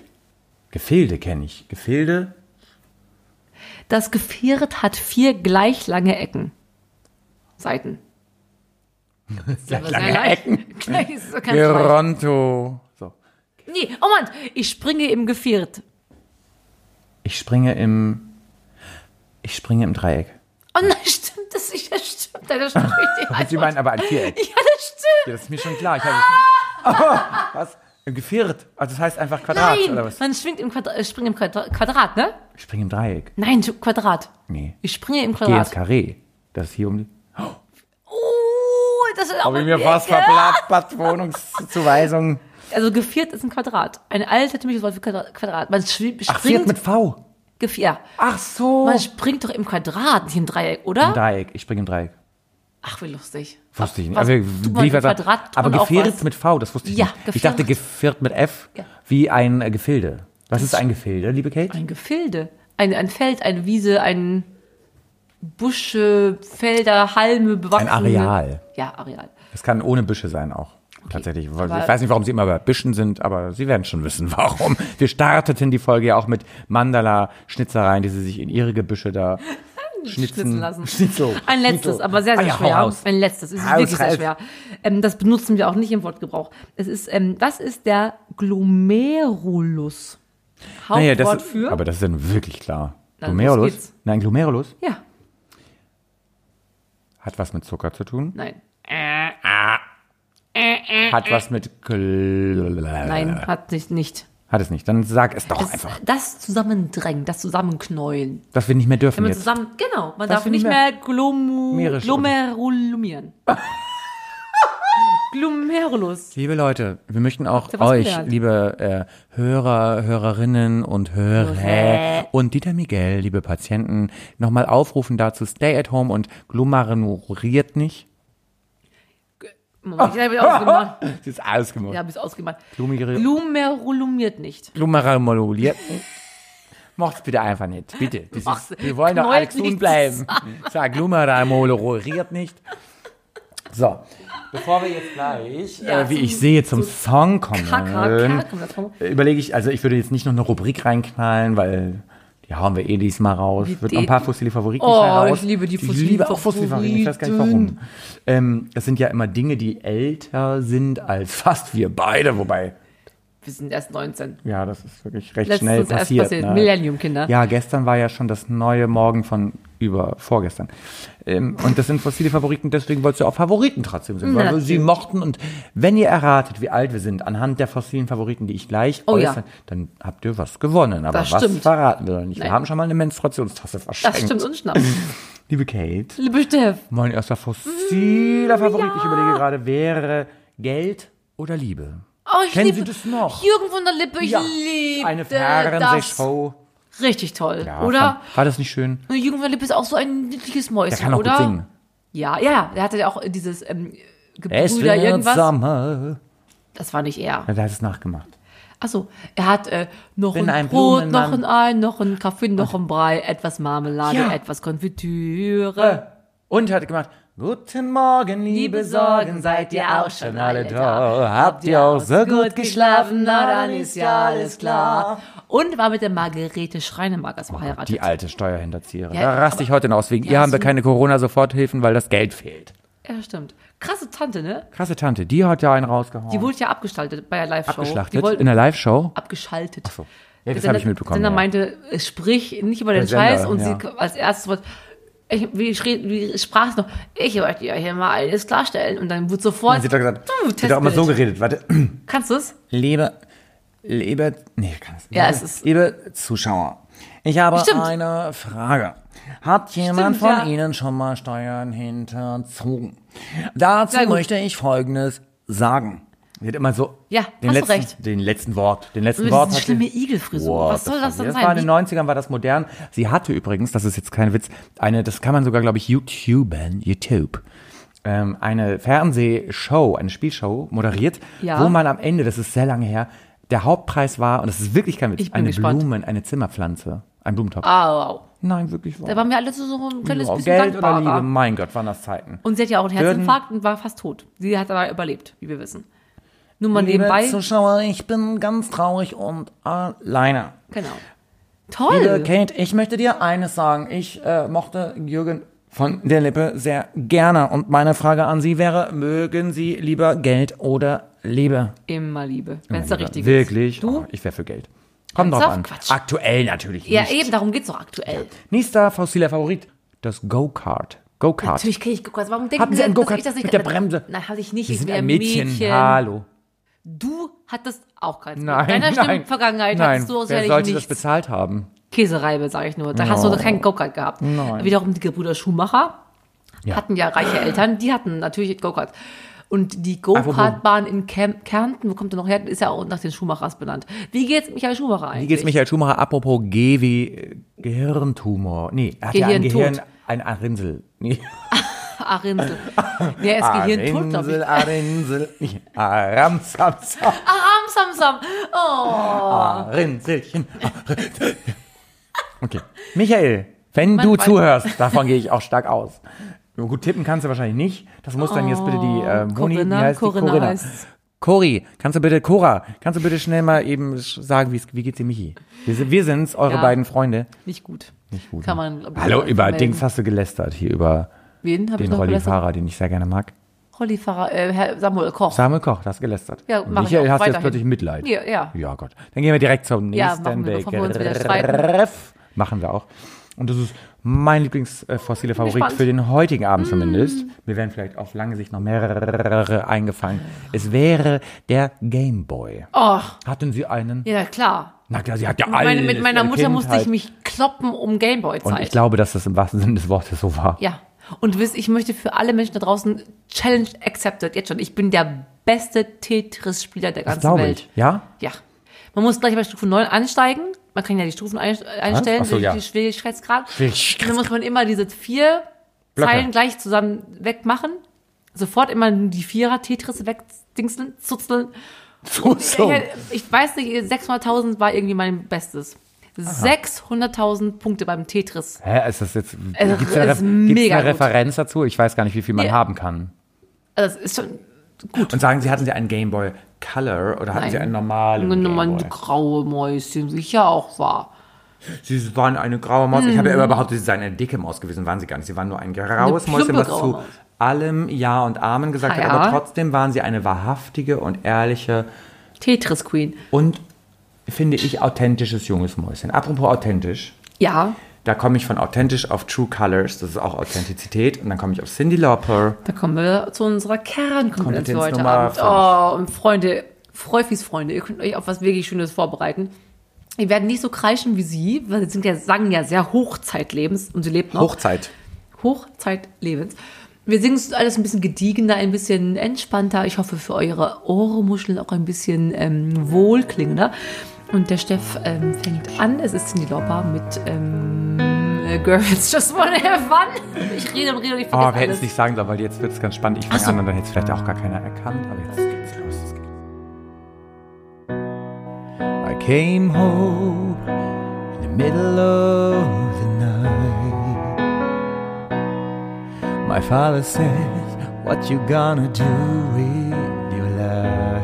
A: Gefilde kenne ich. Gefilde?
B: Das Geviert hat vier gleich lange Ecken. Seiten.
A: Gleich
B: Sehr
A: lange
B: leicht.
A: Ecken.
B: Gleich, ist so ganz leicht.
A: Geronto. So.
B: Nee, oh Mann, ich springe im Geviert.
A: Ich springe im. Ich springe im Dreieck.
B: Oh nein, stimmt das nicht? Das stimmt. Das stimmt richtig.
A: Sie meinen aber ein Viereck.
B: Ja, das stimmt.
A: Ja, das ist mir schon klar. Ich habe, oh, was? Im Geviert. Also das heißt einfach Quadrat oder
B: Ah! Nein,
A: was?
B: man schwingt im Quadrat, äh, springt im Quadrat, Quadrat, ne?
A: Ich springe im Dreieck.
B: Nein, Sch- Quadrat.
A: Nee.
B: Ich springe im
A: Gehe ins
B: Quadrat.
A: Karree. Das ist hier um die.
B: Oh, das ist auch
A: Habe ich
B: ein
A: mir fast
B: Ecke.
A: verplappert, Wohnungszuweisung.
B: Also geviert ist ein Quadrat. Ein altertümliches Wort für Quadrat. Quadrat. Man schwi-
A: Ach, Viert
B: springt
A: mit V.
B: gevi- ja.
A: Ach so.
B: Man springt doch im Quadrat, nicht im Dreieck,
A: Im
B: oder?
A: Dreieck. Ich springe im Dreieck.
B: Ach, wie lustig.
A: Wusste ich nicht.
B: Was
A: aber
B: tut man
A: wie
B: im
A: gesagt,
B: Quadrat?
A: aber
B: Kann auch
A: Gefährt
B: was.
A: mit V, das wusste ich
B: Ja,
A: nicht. Ich dachte Gefährt mit F,
B: Ja.
A: wie ein äh, Gefilde. Was ist ein Gefilde, liebe Kate?
B: Ein Gefilde. Ein, ein Feld, eine Wiese, ein Busche, Felder, Halme, bewachsene.
A: Ein Areal.
B: Ja, Areal.
A: Es kann ohne Büsche sein auch. Tatsächlich. Ich
B: aber-
A: weiß nicht, warum sie immer bei Büschen sind, aber sie werden schon wissen, warum. Wir starteten die Folge ja auch mit Mandala-Schnitzereien, die sie sich in ihre Gebüsche da schnitzen,
B: schnitzen lassen.
A: Schnitzel.
B: Ein letztes,
A: Schnitzel.
B: aber sehr,
A: Ah
B: sehr
A: ja, hau
B: schwer.
A: raus.
B: Ein letztes. Es ist
A: Haus
B: wirklich sehr
A: raus.
B: schwer. Ähm, das benutzen wir auch nicht im Wortgebrauch. Es ist, ähm, das ist der Glomerulus. Hauptwort
A: Naja, das, ist-
B: für.
A: aber das ist dann wirklich klar.
B: Na, los
A: Glomerulus?
B: geht's.
A: Nein, Glomerulus
B: ja,
A: hat was mit Zucker zu tun.
B: nein.
A: Hat was mit... Gl
B: Nein, hat nicht. nicht.
A: Hat es nicht. Dann sag es doch
B: Das,
A: Äh. einfach.
B: das Zusammendrängen, das Zusammenknäulen.
A: Dass wir nicht mehr dürfen
B: Wenn man
A: jetzt.
B: zusammen, genau, man darf
A: wir
B: nicht
A: nicht
B: mehr,
A: mehr-
B: glomu,
A: Meeres-
B: glomerulieren. Glomerulus.
A: Liebe Leute, wir möchten auch
B: ihr was
A: euch,
B: gelernt?
A: liebe äh, Hörer, Hörerinnen und Hörer
B: Hörer.
A: und Dieter Miguel, liebe Patienten, nochmal aufrufen dazu, stay at home und glomerulariert nicht. Ah.
B: Moment, ich habe ausgemacht.
A: Das ist alles
B: Ich
A: gemacht.
B: habe es ausgemacht.
A: Glomerul-
B: Glomeruliert nicht.
A: Glomerulariert nicht. Macht's bitte einfach nicht, bitte. Das
B: Macht's-
A: ist, wir wollen doch alle
B: knallt
A: gesund
B: nicht
A: bleiben. Sag glomerulariert nicht. So, bevor wir jetzt gleich,
B: Ja,
A: äh, wie
B: zum-
A: ich sehe, zum Song kommen.
B: Kaka, Kaka.
A: überlege ich, also ich würde jetzt nicht noch eine Rubrik reinknallen, weil die hauen wir eh diesmal raus.
B: Wie
A: Wird
B: die-
A: noch ein paar fossile Favoriten
B: Oh,
A: schnell raus.
B: ich liebe die
A: Ich
B: fossilen
A: liebe auch fossile Favoriten. Ich weiß gar nicht warum.
B: Favoriten.
A: Ähm, das sind ja immer Dinge, die älter sind als fast wir beide, wobei,
B: Wir sind erst 19.
A: ja, das ist wirklich recht
B: Letztens
A: schnell
B: erst
A: passiert.
B: passiert.
A: Ne?
B: Millennium, Kinder.
A: Ja, gestern war ja schon das neue Morgen von über vorgestern. Ähm, und das sind fossile Favoriten, deswegen wolltest du auch Favoriten trotzdem sind, weil wir
B: Natürlich.
A: sie mochten. Und wenn ihr erratet, wie alt wir sind, anhand der fossilen Favoriten, die ich gleich
B: Oh ja.
A: äußere, dann habt ihr was gewonnen. Aber
B: Das
A: was
B: stimmt.
A: verraten wir doch nicht.
B: Nein.
A: Wir haben schon mal eine Menstruationstasse verschenkt.
B: Das stimmt und schnappen.
A: Liebe Kate,
B: Liebe Steff.
A: mein erster fossiler Favorit, ich überlege gerade, wäre Geld oder Liebe.
B: Oh, ich
A: Kennen
B: liebe
A: Sie das noch?
B: Jürgen von der Lippe, ich
A: Ja,
B: liebe
A: Eine
B: das.
A: Fernsehshow.
B: Richtig toll,
A: Ja,
B: oder?
A: fand- War das nicht schön?
B: Und Jürgen von der Lippe ist auch so ein niedliches Mäuschen,
A: Der kann auch
B: oder?
A: gut singen.
B: Ja, ja, der hatte ja auch dieses ähm,
A: Es
B: Gebrüder
A: wird
B: irgendwas.
A: Sommer.
B: Das war nicht er.
A: Ja, der hat es nachgemacht.
B: Achso, er hat äh, noch
A: Bin
B: ein,
A: ein
B: Brot, noch
A: Blumenmann.
B: ein Ei, noch ein Kaffee, noch ein Brei, etwas Marmelade,
A: Ja.
B: etwas Konfitüre.
A: Äh, Und hat gemacht, guten Morgen, liebe Sorgen, seid ihr auch schon alle da? Habt ihr auch so gut geschlafen? Na, dann ist ja alles klar.
B: Und war mit der Margarete Schreinemagers verheiratet.
A: Die alte Steuerhinterzieherin.
B: Ja,
A: da raste ich heute noch aus. Wegen ihr haben wir
B: so-
A: keine Corona-Soforthilfen, weil das Geld fehlt.
B: Ja, stimmt. Krasse Tante, ne?
A: Krasse Tante, die hat ja einen
B: Die
A: rausgehauen.
B: wurde ja abgestaltet bei der Live-Show. Die
A: Oh. Abgeschlachtet
B: wollten
A: in der Live-Show.
B: abgeschaltet.
A: so. Ja, das
B: Der
A: hab ich
B: Sender-
A: mitbekommen,
B: Sender
A: ja.
B: meinte, äh, sprich nicht über den
A: Der Sender,
B: Scheiß und
A: ja.
B: sie als erstes Wort, ich, wie, schrie- wie sprach es noch, ich wollte ja hier mal eines klarstellen und dann wurde sofort,
A: Sie hat doch gesagt,
B: Du,
A: sie hat doch immer so
B: Testbild.
A: geredet, warte.
B: kannst du es?
A: Liebe, Liebe, nee, ich kann es nicht.
B: Ja, es ist-
A: Liebe Zuschauer, ich habe
B: Stimmt.
A: eine Frage. Hat jemand
B: Stimmt,
A: von
B: ja.
A: Ihnen schon mal Steuern hinterzogen? Dazu
B: Na gut.
A: möchte ich Folgendes sagen. Wird immer so.
B: Ja,
A: den
B: hast du
A: letzten,
B: recht.
A: Den letzten Wort. Den letzten
B: Mit
A: Wort.
B: diesen
A: hat sie-
B: schlimme Igelfrisur.
A: Boah,
B: Was soll das
A: war-
B: denn
A: Das war
B: sein?
A: in den
B: Wie-
A: 90ern war das modern. Sie hatte übrigens, das ist jetzt kein Witz, eine, das kann man sogar, glaube ich, YouTuben, YouTube, ähm, eine Fernsehshow, eine Spielshow moderiert,
B: Ja.
A: wo man am Ende, das ist sehr lange her, der Hauptpreis war, und das ist wirklich kein Witz,
B: Ich bin
A: eine
B: gespannt.
A: Blumen, eine Zimmerpflanze, ein Blumentopf.
B: Ah, wow.
A: Nein, wirklich wahr.
B: Da waren wir alle so so ein kleines
A: Oh,
B: bisschen
A: Geld oder
B: dankbarer.
A: Liebe, mein Gott, waren das Zeiten.
B: Und sie hat ja auch einen Herzinfarkt und war fast tot. Sie hat aber überlebt, wie wir wissen. Nur mal nebenbei.
A: Liebe Zuschauer, ich bin ganz traurig und alleine.
B: Genau.
A: Liebe
B: Toll.
A: Kate, ich möchte dir eines sagen. Ich äh, mochte Jürgen von der Lippe sehr gerne. Und meine Frage an Sie wäre, mögen Sie lieber Geld oder Liebe?
B: Immer Liebe. Wenn es der richtige
A: Wirklich?
B: ist. Du?
A: Oh, ich wäre für Geld. Kommt drauf
B: Ernsthaft?
A: an.
B: Quatsch.
A: Aktuell natürlich
B: Ja,
A: nicht.
B: eben, darum geht's doch aktuell.
A: Nächster fossiler Favorit, das Go-Kart. Go-Kart.
B: Natürlich kenne ich Go-Karts. Warum
A: Hatten
B: denken
A: Sie einen
B: dass
A: Go-Kart
B: ich das nicht
A: mit der Bremse?
B: Nein, hatte ich nicht.
A: Sie
B: ich
A: sind
B: bin
A: ein Mädchen. Hallo.
B: Du hattest auch keins.
A: Nein,
B: Deiner
A: nein.
B: stimmt Vergangenheit
A: nein.
B: hattest du auch
A: Wer
B: sicherlich
A: sollte das
B: nichts.
A: bezahlt haben?
B: Käsereibe, sage ich nur. Da hast du doch keinen Go-Kart gehabt.
A: Nein.
B: Wiederum die Gebrüder Schumacher
A: Ja.
B: hatten ja reiche Eltern, die hatten natürlich Go-Kart. Und die Go-Kart-Bahn in Kem Kärnten, wo kommt er noch her, ist ja auch nach den Schumachers benannt. Wie geht's Michael Schumacher eigentlich?
A: Wie geht's Michael Schumacher? Apropos G wie äh, Gehirntumor. Nee, er hat ja ein
B: Gehirntod.
A: Gehirn, ein Arinsel. Nee.
B: Arinsel. Ja, er Ah,
A: Ah,
B: ist Gehirntod, glaube
A: Arinsel,
B: ich.
A: Arinsel, nee, Aramsamsam,
B: Aramsamsam. Oh.
A: Arinselchen. Okay. Michael, wenn du
B: weiß-
A: zuhörst, davon gehe ich auch stark aus. Nur gut, tippen kannst du wahrscheinlich nicht. Das muss dann jetzt bitte die äh, Moni,
B: Oh, Corinna,
A: wie heißt
B: Corinna
A: die? Corinna.
B: heißt's.
A: Cori, kannst du bitte, Cora, kannst du bitte schnell mal eben sch- sagen, wie's- wie geht's dir, Michi? Wir, sind- wir sind's, eure
B: Ja.
A: beiden Freunde.
B: Nicht gut.
A: Nicht gut,
B: Kann
A: ne?
B: man, glaub ich,
A: Hallo, über
B: melden.
A: Dings hast du gelästert, hier über
B: Wen habe ich
A: den
B: noch gelästert?
A: Rollifahrer, den ich sehr gerne mag.
B: Rollifahrer, äh, Herr Samuel Koch.
A: Samuel Koch, das gelästert.
B: Ja,
A: Und
B: mach ich
A: Michael,
B: auch
A: hast du jetzt
B: weiterhin.
A: plötzlich Mitleid.
B: Ja, ja.
A: Ja, Gott. Dann gehen wir direkt zum
B: Ja,
A: nächsten
B: machen wir, bevor wir uns wieder
A: Begriff. Machen wir auch. Und das ist mein Lieblingsfossile Favorit
B: gespannt.
A: für den heutigen Abend zumindest. Mir werden vielleicht auf lange Sicht noch mehrere eingefallen. Es wäre der Gameboy.
B: Oh,
A: Hatten Sie einen?
B: ja klar.
A: Na klar, sie hat ja
B: Meine,
A: alles
B: mit meiner
A: ihre
B: Mutter musste ich
A: Kindheit.
B: mich kloppen um
A: Und ich
B: Gameboy-Zeit.
A: glaube, dass das im wahrsten Sinne des Wortes so war.
B: Ja. Und wisst, ich möchte für alle Menschen da draußen Challenge accepted jetzt schon. Ich bin der beste Tetris-Spieler der ganzen
A: glaube
B: Welt.
A: ich. Ja?
B: Ja. Man muss gleich bei Stufe 9 ansteigen. Man kann ja die Stufen ein, einstellen,
A: Ach so,
B: die-
A: ja.
B: die Schwierigkeitsgrad.
A: Schwierigkeitsgrad.
B: Und Dann muss man immer diese vier
A: Blöcke.
B: Zeilen gleich zusammen wegmachen. Sofort immer die Vierer Tetris wegdingseln, zuzeln.
A: So, so.
B: Ich, ich weiß nicht, 600.000 war irgendwie mein Bestes. 600.000 Punkte beim Tetris.
A: Hä, ist das jetzt,
B: Es
A: gibt's da,
B: ist
A: gibt's
B: mega
A: eine
B: gut.
A: Referenz dazu? Ich weiß gar nicht, wie viel man
B: Nee.
A: haben kann.
B: Also das ist schon
A: Und sagen Sie, hatten Sie einen Game Boy Color oder hatten
B: Nein.
A: Sie einen normalen
B: eine
A: Game
B: Nummer
A: Boy?
B: ein graue Mäuschen, sicher auch war.
A: Sie waren eine graue Maus. Ich habe ja immer behauptet, Sie seien eine dicke Maus gewesen. Waren Sie gar nicht. Sie waren nur ein graues
B: Mhm.
A: Mäuschen,
B: Eine plumpe
A: was
B: graue
A: zu
B: Maus.
A: allem Ja und Amen gesagt
B: Ah,
A: hat. Aber
B: ja.
A: trotzdem waren Sie eine wahrhaftige und ehrliche
B: Tetris Queen.
A: und, finde ich, authentisches junges Mäuschen. Apropos authentisch.
B: Ja,
A: Da komme ich von authentisch auf True Colors, das ist auch Authentizität. Und dann komme ich auf Cindy Lauper.
B: da kommen wir zu unserer Kernkompetenz für heute
A: Nummer
B: Abend.
A: fünf.
B: Oh, und Freunde, Freufis Freunde, ihr könnt euch auf was wirklich Schönes vorbereiten. Ihr werdet nicht so kreischen wie sie, weil sie sind ja, sagen ja sehr Hochzeitlebens und sie lebt noch.
A: Hochzeit.
B: Hochzeitlebens. Wir singen es alles ein bisschen gediegener, ein bisschen entspannter. Ich hoffe, für eure Ohrmuscheln auch ein bisschen ähm, wohlklingender. Und der Steff ähm, fängt an. Es ist Cindy Lauper mit ähm, äh, Girl, it's just wanna have fun. Ich rede und rede und ich
A: Oh,
B: vergesse
A: wir hätten
B: alles.
A: es nicht sagen sollen, weil jetzt wird es ganz spannend. Ich fange an und dann hätte es vielleicht auch gar keiner erkannt. Aber jetzt geht's los. Jetzt geht's. I came home in the middle of the night. My father says, what you gonna do with your life?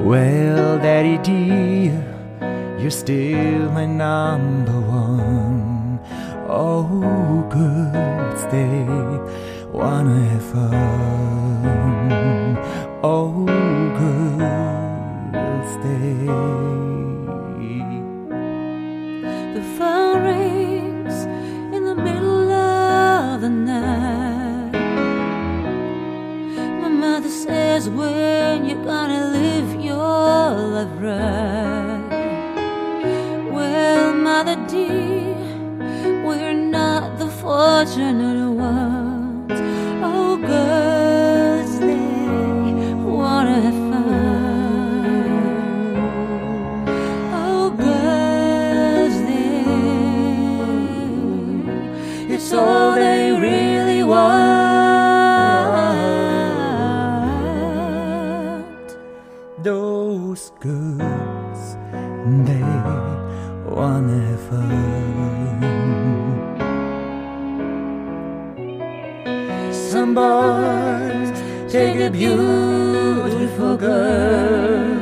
A: Well, Daddy dear, you're still my number one. Oh, girls, they wanna have fun. Oh, girls, they.
B: The phone rings in the middle of the night. My mother says, When you're gonna live your
D: unfortunate ones. Oh, girls, they wanna have fun. Oh, girls, they, it's all they really want.
C: Those girls, they wanna have fun.
D: Some boys take a beautiful girl.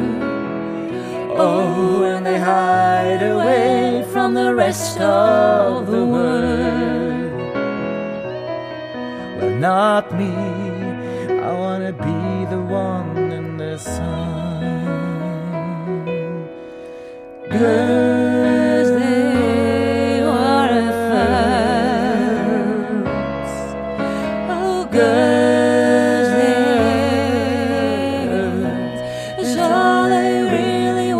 D: Oh, and they hide away from the rest of the world.
C: Well, not me. I wanna be the one in the sun.
D: Girls, they wanna fight. Oh, girls, they It's all they really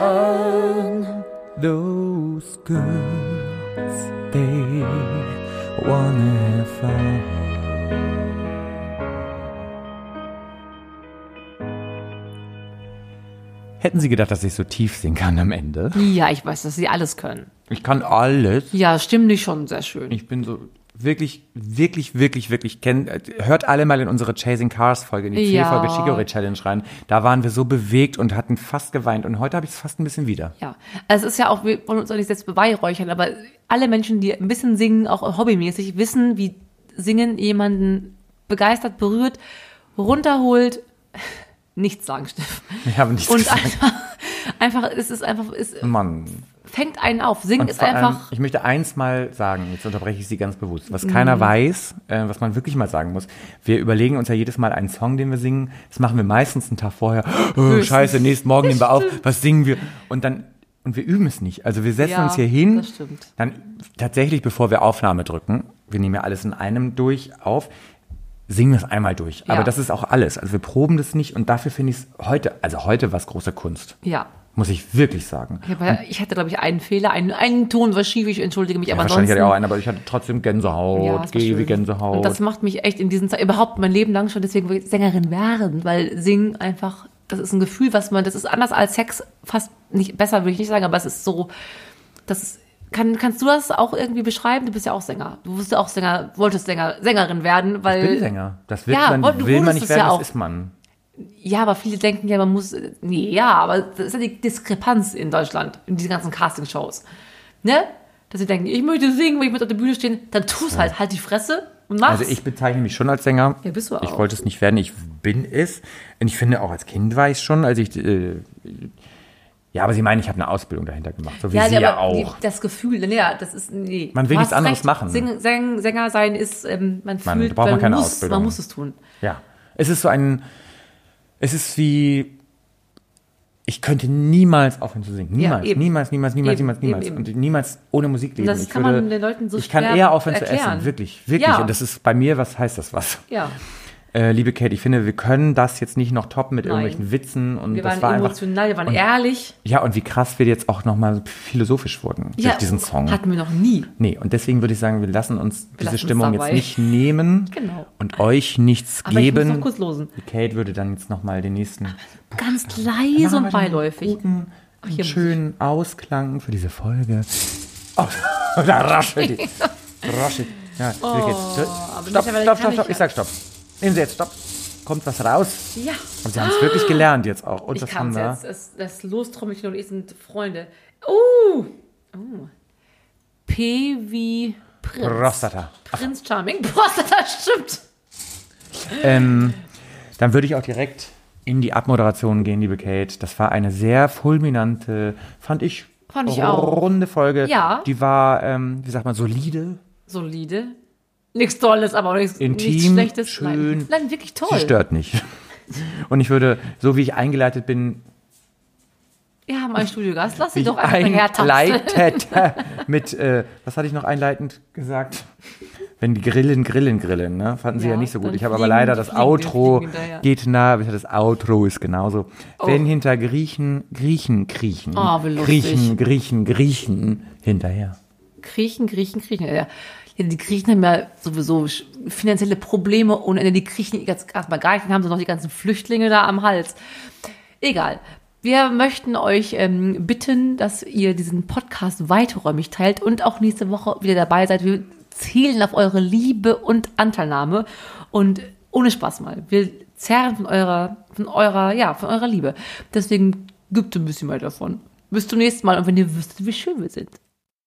D: want.
C: Those girls, they wanna have fun.
A: Hätten Sie gedacht, dass ich so tief singen kann am Ende?
B: Ja, ich weiß, dass sie alles können.
A: Ich kann alles.
B: Ja, stimmlich schon sehr schön.
A: Ich bin so wirklich, wirklich, wirklich, wirklich. Kenn, hört alle mal in unsere Chasing Cars Folge, in die
B: Ja.
A: Folge Chicorée Challenge rein. Da waren wir so bewegt und hatten fast geweint. Und heute habe ich es fast ein bisschen wieder.
B: Ja, also es ist ja auch, wir wollen uns auch nicht selbst beweihräuchern, aber alle Menschen, die ein bisschen singen, auch hobbymäßig, wissen, wie Singen jemanden begeistert, berührt, runterholt, nichts sagen, Steff.
A: Ich habe nichts
B: Und
A: gesagt.
B: einfach, einfach, es ist einfach, es
A: Mann.
B: fängt einen auf. Singen
A: Und
B: ist
A: vor allem,
B: einfach, Mhm.
A: ich möchte eins mal sagen, jetzt unterbreche ich Sie ganz bewusst, was keiner weiß, äh, was man wirklich mal sagen muss. Wir überlegen uns ja jedes Mal einen Song, den wir singen. Das machen wir meistens einen Tag vorher. Oh, scheiße, nächsten Morgen nehmen wir auf. Was singen wir? Und dann, und wir üben es nicht. Also wir setzen
B: Ja,
A: uns hier hin.
B: das stimmt.
A: Dann tatsächlich, bevor wir Aufnahme drücken, wir nehmen ja alles in einem durch auf, singen das einmal durch.
B: Ja.
A: Aber das ist auch alles. Also wir proben das nicht und dafür finde ich es heute, also heute was große Kunst.
B: ja.
A: Muss ich wirklich sagen.
B: Ich, hab, ich hatte, glaube ich, einen Fehler, einen, einen Ton war schief, ich entschuldige mich,
A: Ja,
B: aber
A: wahrscheinlich
B: ansonsten...
A: hatte ich auch einen, aber ich hatte trotzdem Gänsehaut,
B: Ja,
A: ja,
B: es war schön.
A: Gänsehaut.
B: Und das macht mich echt in diesen Zeiten, überhaupt mein Leben lang schon, deswegen will ich Sängerin werden, weil Singen einfach, das ist ein Gefühl, was man, das ist anders als Sex, fast nicht, besser würde ich nicht sagen, aber es ist so, das ist, kann, kannst du das auch irgendwie beschreiben? Du bist ja auch Sänger. Du wirst ja auch Sänger, wolltest Sänger, Sängerin werden, weil.
A: ich bin Sänger. Das wird
B: Ja,
A: man,
B: und du
A: will man
B: wurdest
A: nicht
B: es
A: werden,
B: ja auch.
A: das ist man.
B: Ja, aber viele denken ja, man muss. Nee, ja, aber das ist ja die Diskrepanz in Deutschland, in diesen ganzen Castingshows. Ne? Dass sie denken, ich möchte singen, wenn ich mit auf der Bühne stehen, dann tu's halt, halt die Fresse und mach's.
A: Also ich bezeichne mich schon als Sänger.
B: Ja, bist du auch.
A: Ich wollte es nicht werden, ich bin es. Und ich finde auch als Kind war ich schon, als ich äh, ja, aber Sie meinen, ich habe eine Ausbildung dahinter gemacht, so wie Sie
B: nee,
A: ja
B: aber die-
A: auch.
B: das Gefühl, nee, ja, das ist nee.
A: Man will
B: Du
A: nichts
B: hast
A: anderes machen.
B: Sing, Säng, Sänger sein ist, ähm, man fühlt,
A: Man- da braucht man keine
B: muss,
A: Ausbildung.
B: man muss es tun.
A: Ja, es ist so ein, es ist wie ich könnte niemals aufhören zu singen. Niemals,
B: eben.
A: niemals, niemals, niemals,
B: Eben,
A: niemals, niemals.
B: eben,
A: Und niemals ohne Musik leben.
B: das
A: ich
B: kann
A: würde,
B: man den Leuten so
A: Ich kann
B: schwer
A: eher aufhören zu
B: erklären.
A: essen, wirklich, wirklich.
B: Ja.
A: Und das ist bei mir, was heißt das was?
B: Ja,
A: Äh, liebe Kate, ich finde, wir können das jetzt nicht noch toppen mit
B: Nein.
A: irgendwelchen Witzen und
B: wir
A: das
B: waren
A: war einfach.
B: emotional, wir waren ehrlich.
A: Ja, und wie krass wir jetzt auch nochmal philosophisch wurden
B: ja,
A: durch diesen Song.
B: hatten wir noch nie.
A: nee, und deswegen würde ich sagen, wir lassen uns diese
B: lassen es
A: Stimmung
B: dabei.
A: jetzt nicht nehmen
B: Genau.
A: und euch nichts
B: Aber ich muss
A: geben.
B: noch kurz losen.
A: Die Kate würde dann jetzt nochmal den nächsten
B: Ganz leise
A: Machen
B: und
A: wir den
B: beiläufig.
A: guten, einen
B: hier muss
A: schönen Ausklang für diese Folge. Oh, da raschelt die. raschelt. Ja,
B: Oh,
A: okay. Stopp,
B: mittlerweile
A: stopp, stopp,
B: kann ich
A: stopp.
B: ja.
A: Ich sag stopp. Nehmen Sie jetzt stopp. Kommt was raus.
B: Ja.
A: Und Sie haben es wirklich gelernt jetzt auch. Und
B: Ich
A: das
B: kann
A: haben
B: es
A: wir.
B: jetzt. Das, das Lostrommelchen und ich sind Freunde. Oh! oh. P wie Prinz.
A: Prostata.
B: Prinz Charming. Prostata, stimmt.
A: Ähm, dann würde ich auch direkt in die Abmoderation gehen, liebe Kate. Das war eine sehr fulminante, fand ich,
B: Fand
A: Oh.
B: ich auch.
A: runde Folge.
B: Ja.
A: Die war, ähm, wie sagt man, solide.
B: solide. Nichts Tolles, aber auch nichts, nichts
A: Intim,
B: Schlechtes.
A: schön.
B: Nein, Nein wirklich
A: Sie
B: toll.
A: stört nicht. Und ich würde, so wie ich eingeleitet bin,
B: Ja, mein Studiogast, lass sie
A: ich
B: doch einfach hertasten.
A: einleitet mit, äh, was hatte ich noch einleitend gesagt? Wenn die Grillen, Grillen, Grillen, ne? Fanden sie ja,
B: Ja,
A: nicht so gut.
B: dann
A: Ich habe aber
B: fliegen-
A: leider das
B: fliegen wir,
A: Outro
B: fliegen hinterher. Oh.
A: geht nah, aber ich hatte das Outro ist genauso. Wenn hinter Griechen, Griechen, Kriechen.
B: Ah, wie lustig.
A: Griechen, Griechen, Griechen hinterher.
B: Griechen, Griechen, Griechen. Ja, Ja, die Griechen haben ja sowieso sch- finanzielle Probleme ohne Ende. Die Griechen, ganz- erstmal gar nicht, dann haben sie noch die ganzen Flüchtlinge da am Hals. Egal. Wir möchten euch ähm, bitten, dass ihr diesen Podcast weiträumig teilt und auch nächste Woche wieder dabei seid. Wir zählen auf eure Liebe und Anteilnahme und ohne Spaß mal. Wir zerren von eurer, von eurer, ja, von eurer Liebe. Deswegen gibt ein bisschen mehr davon. Bis zum nächsten Mal und wenn ihr wüsstet, wie schön wir sind.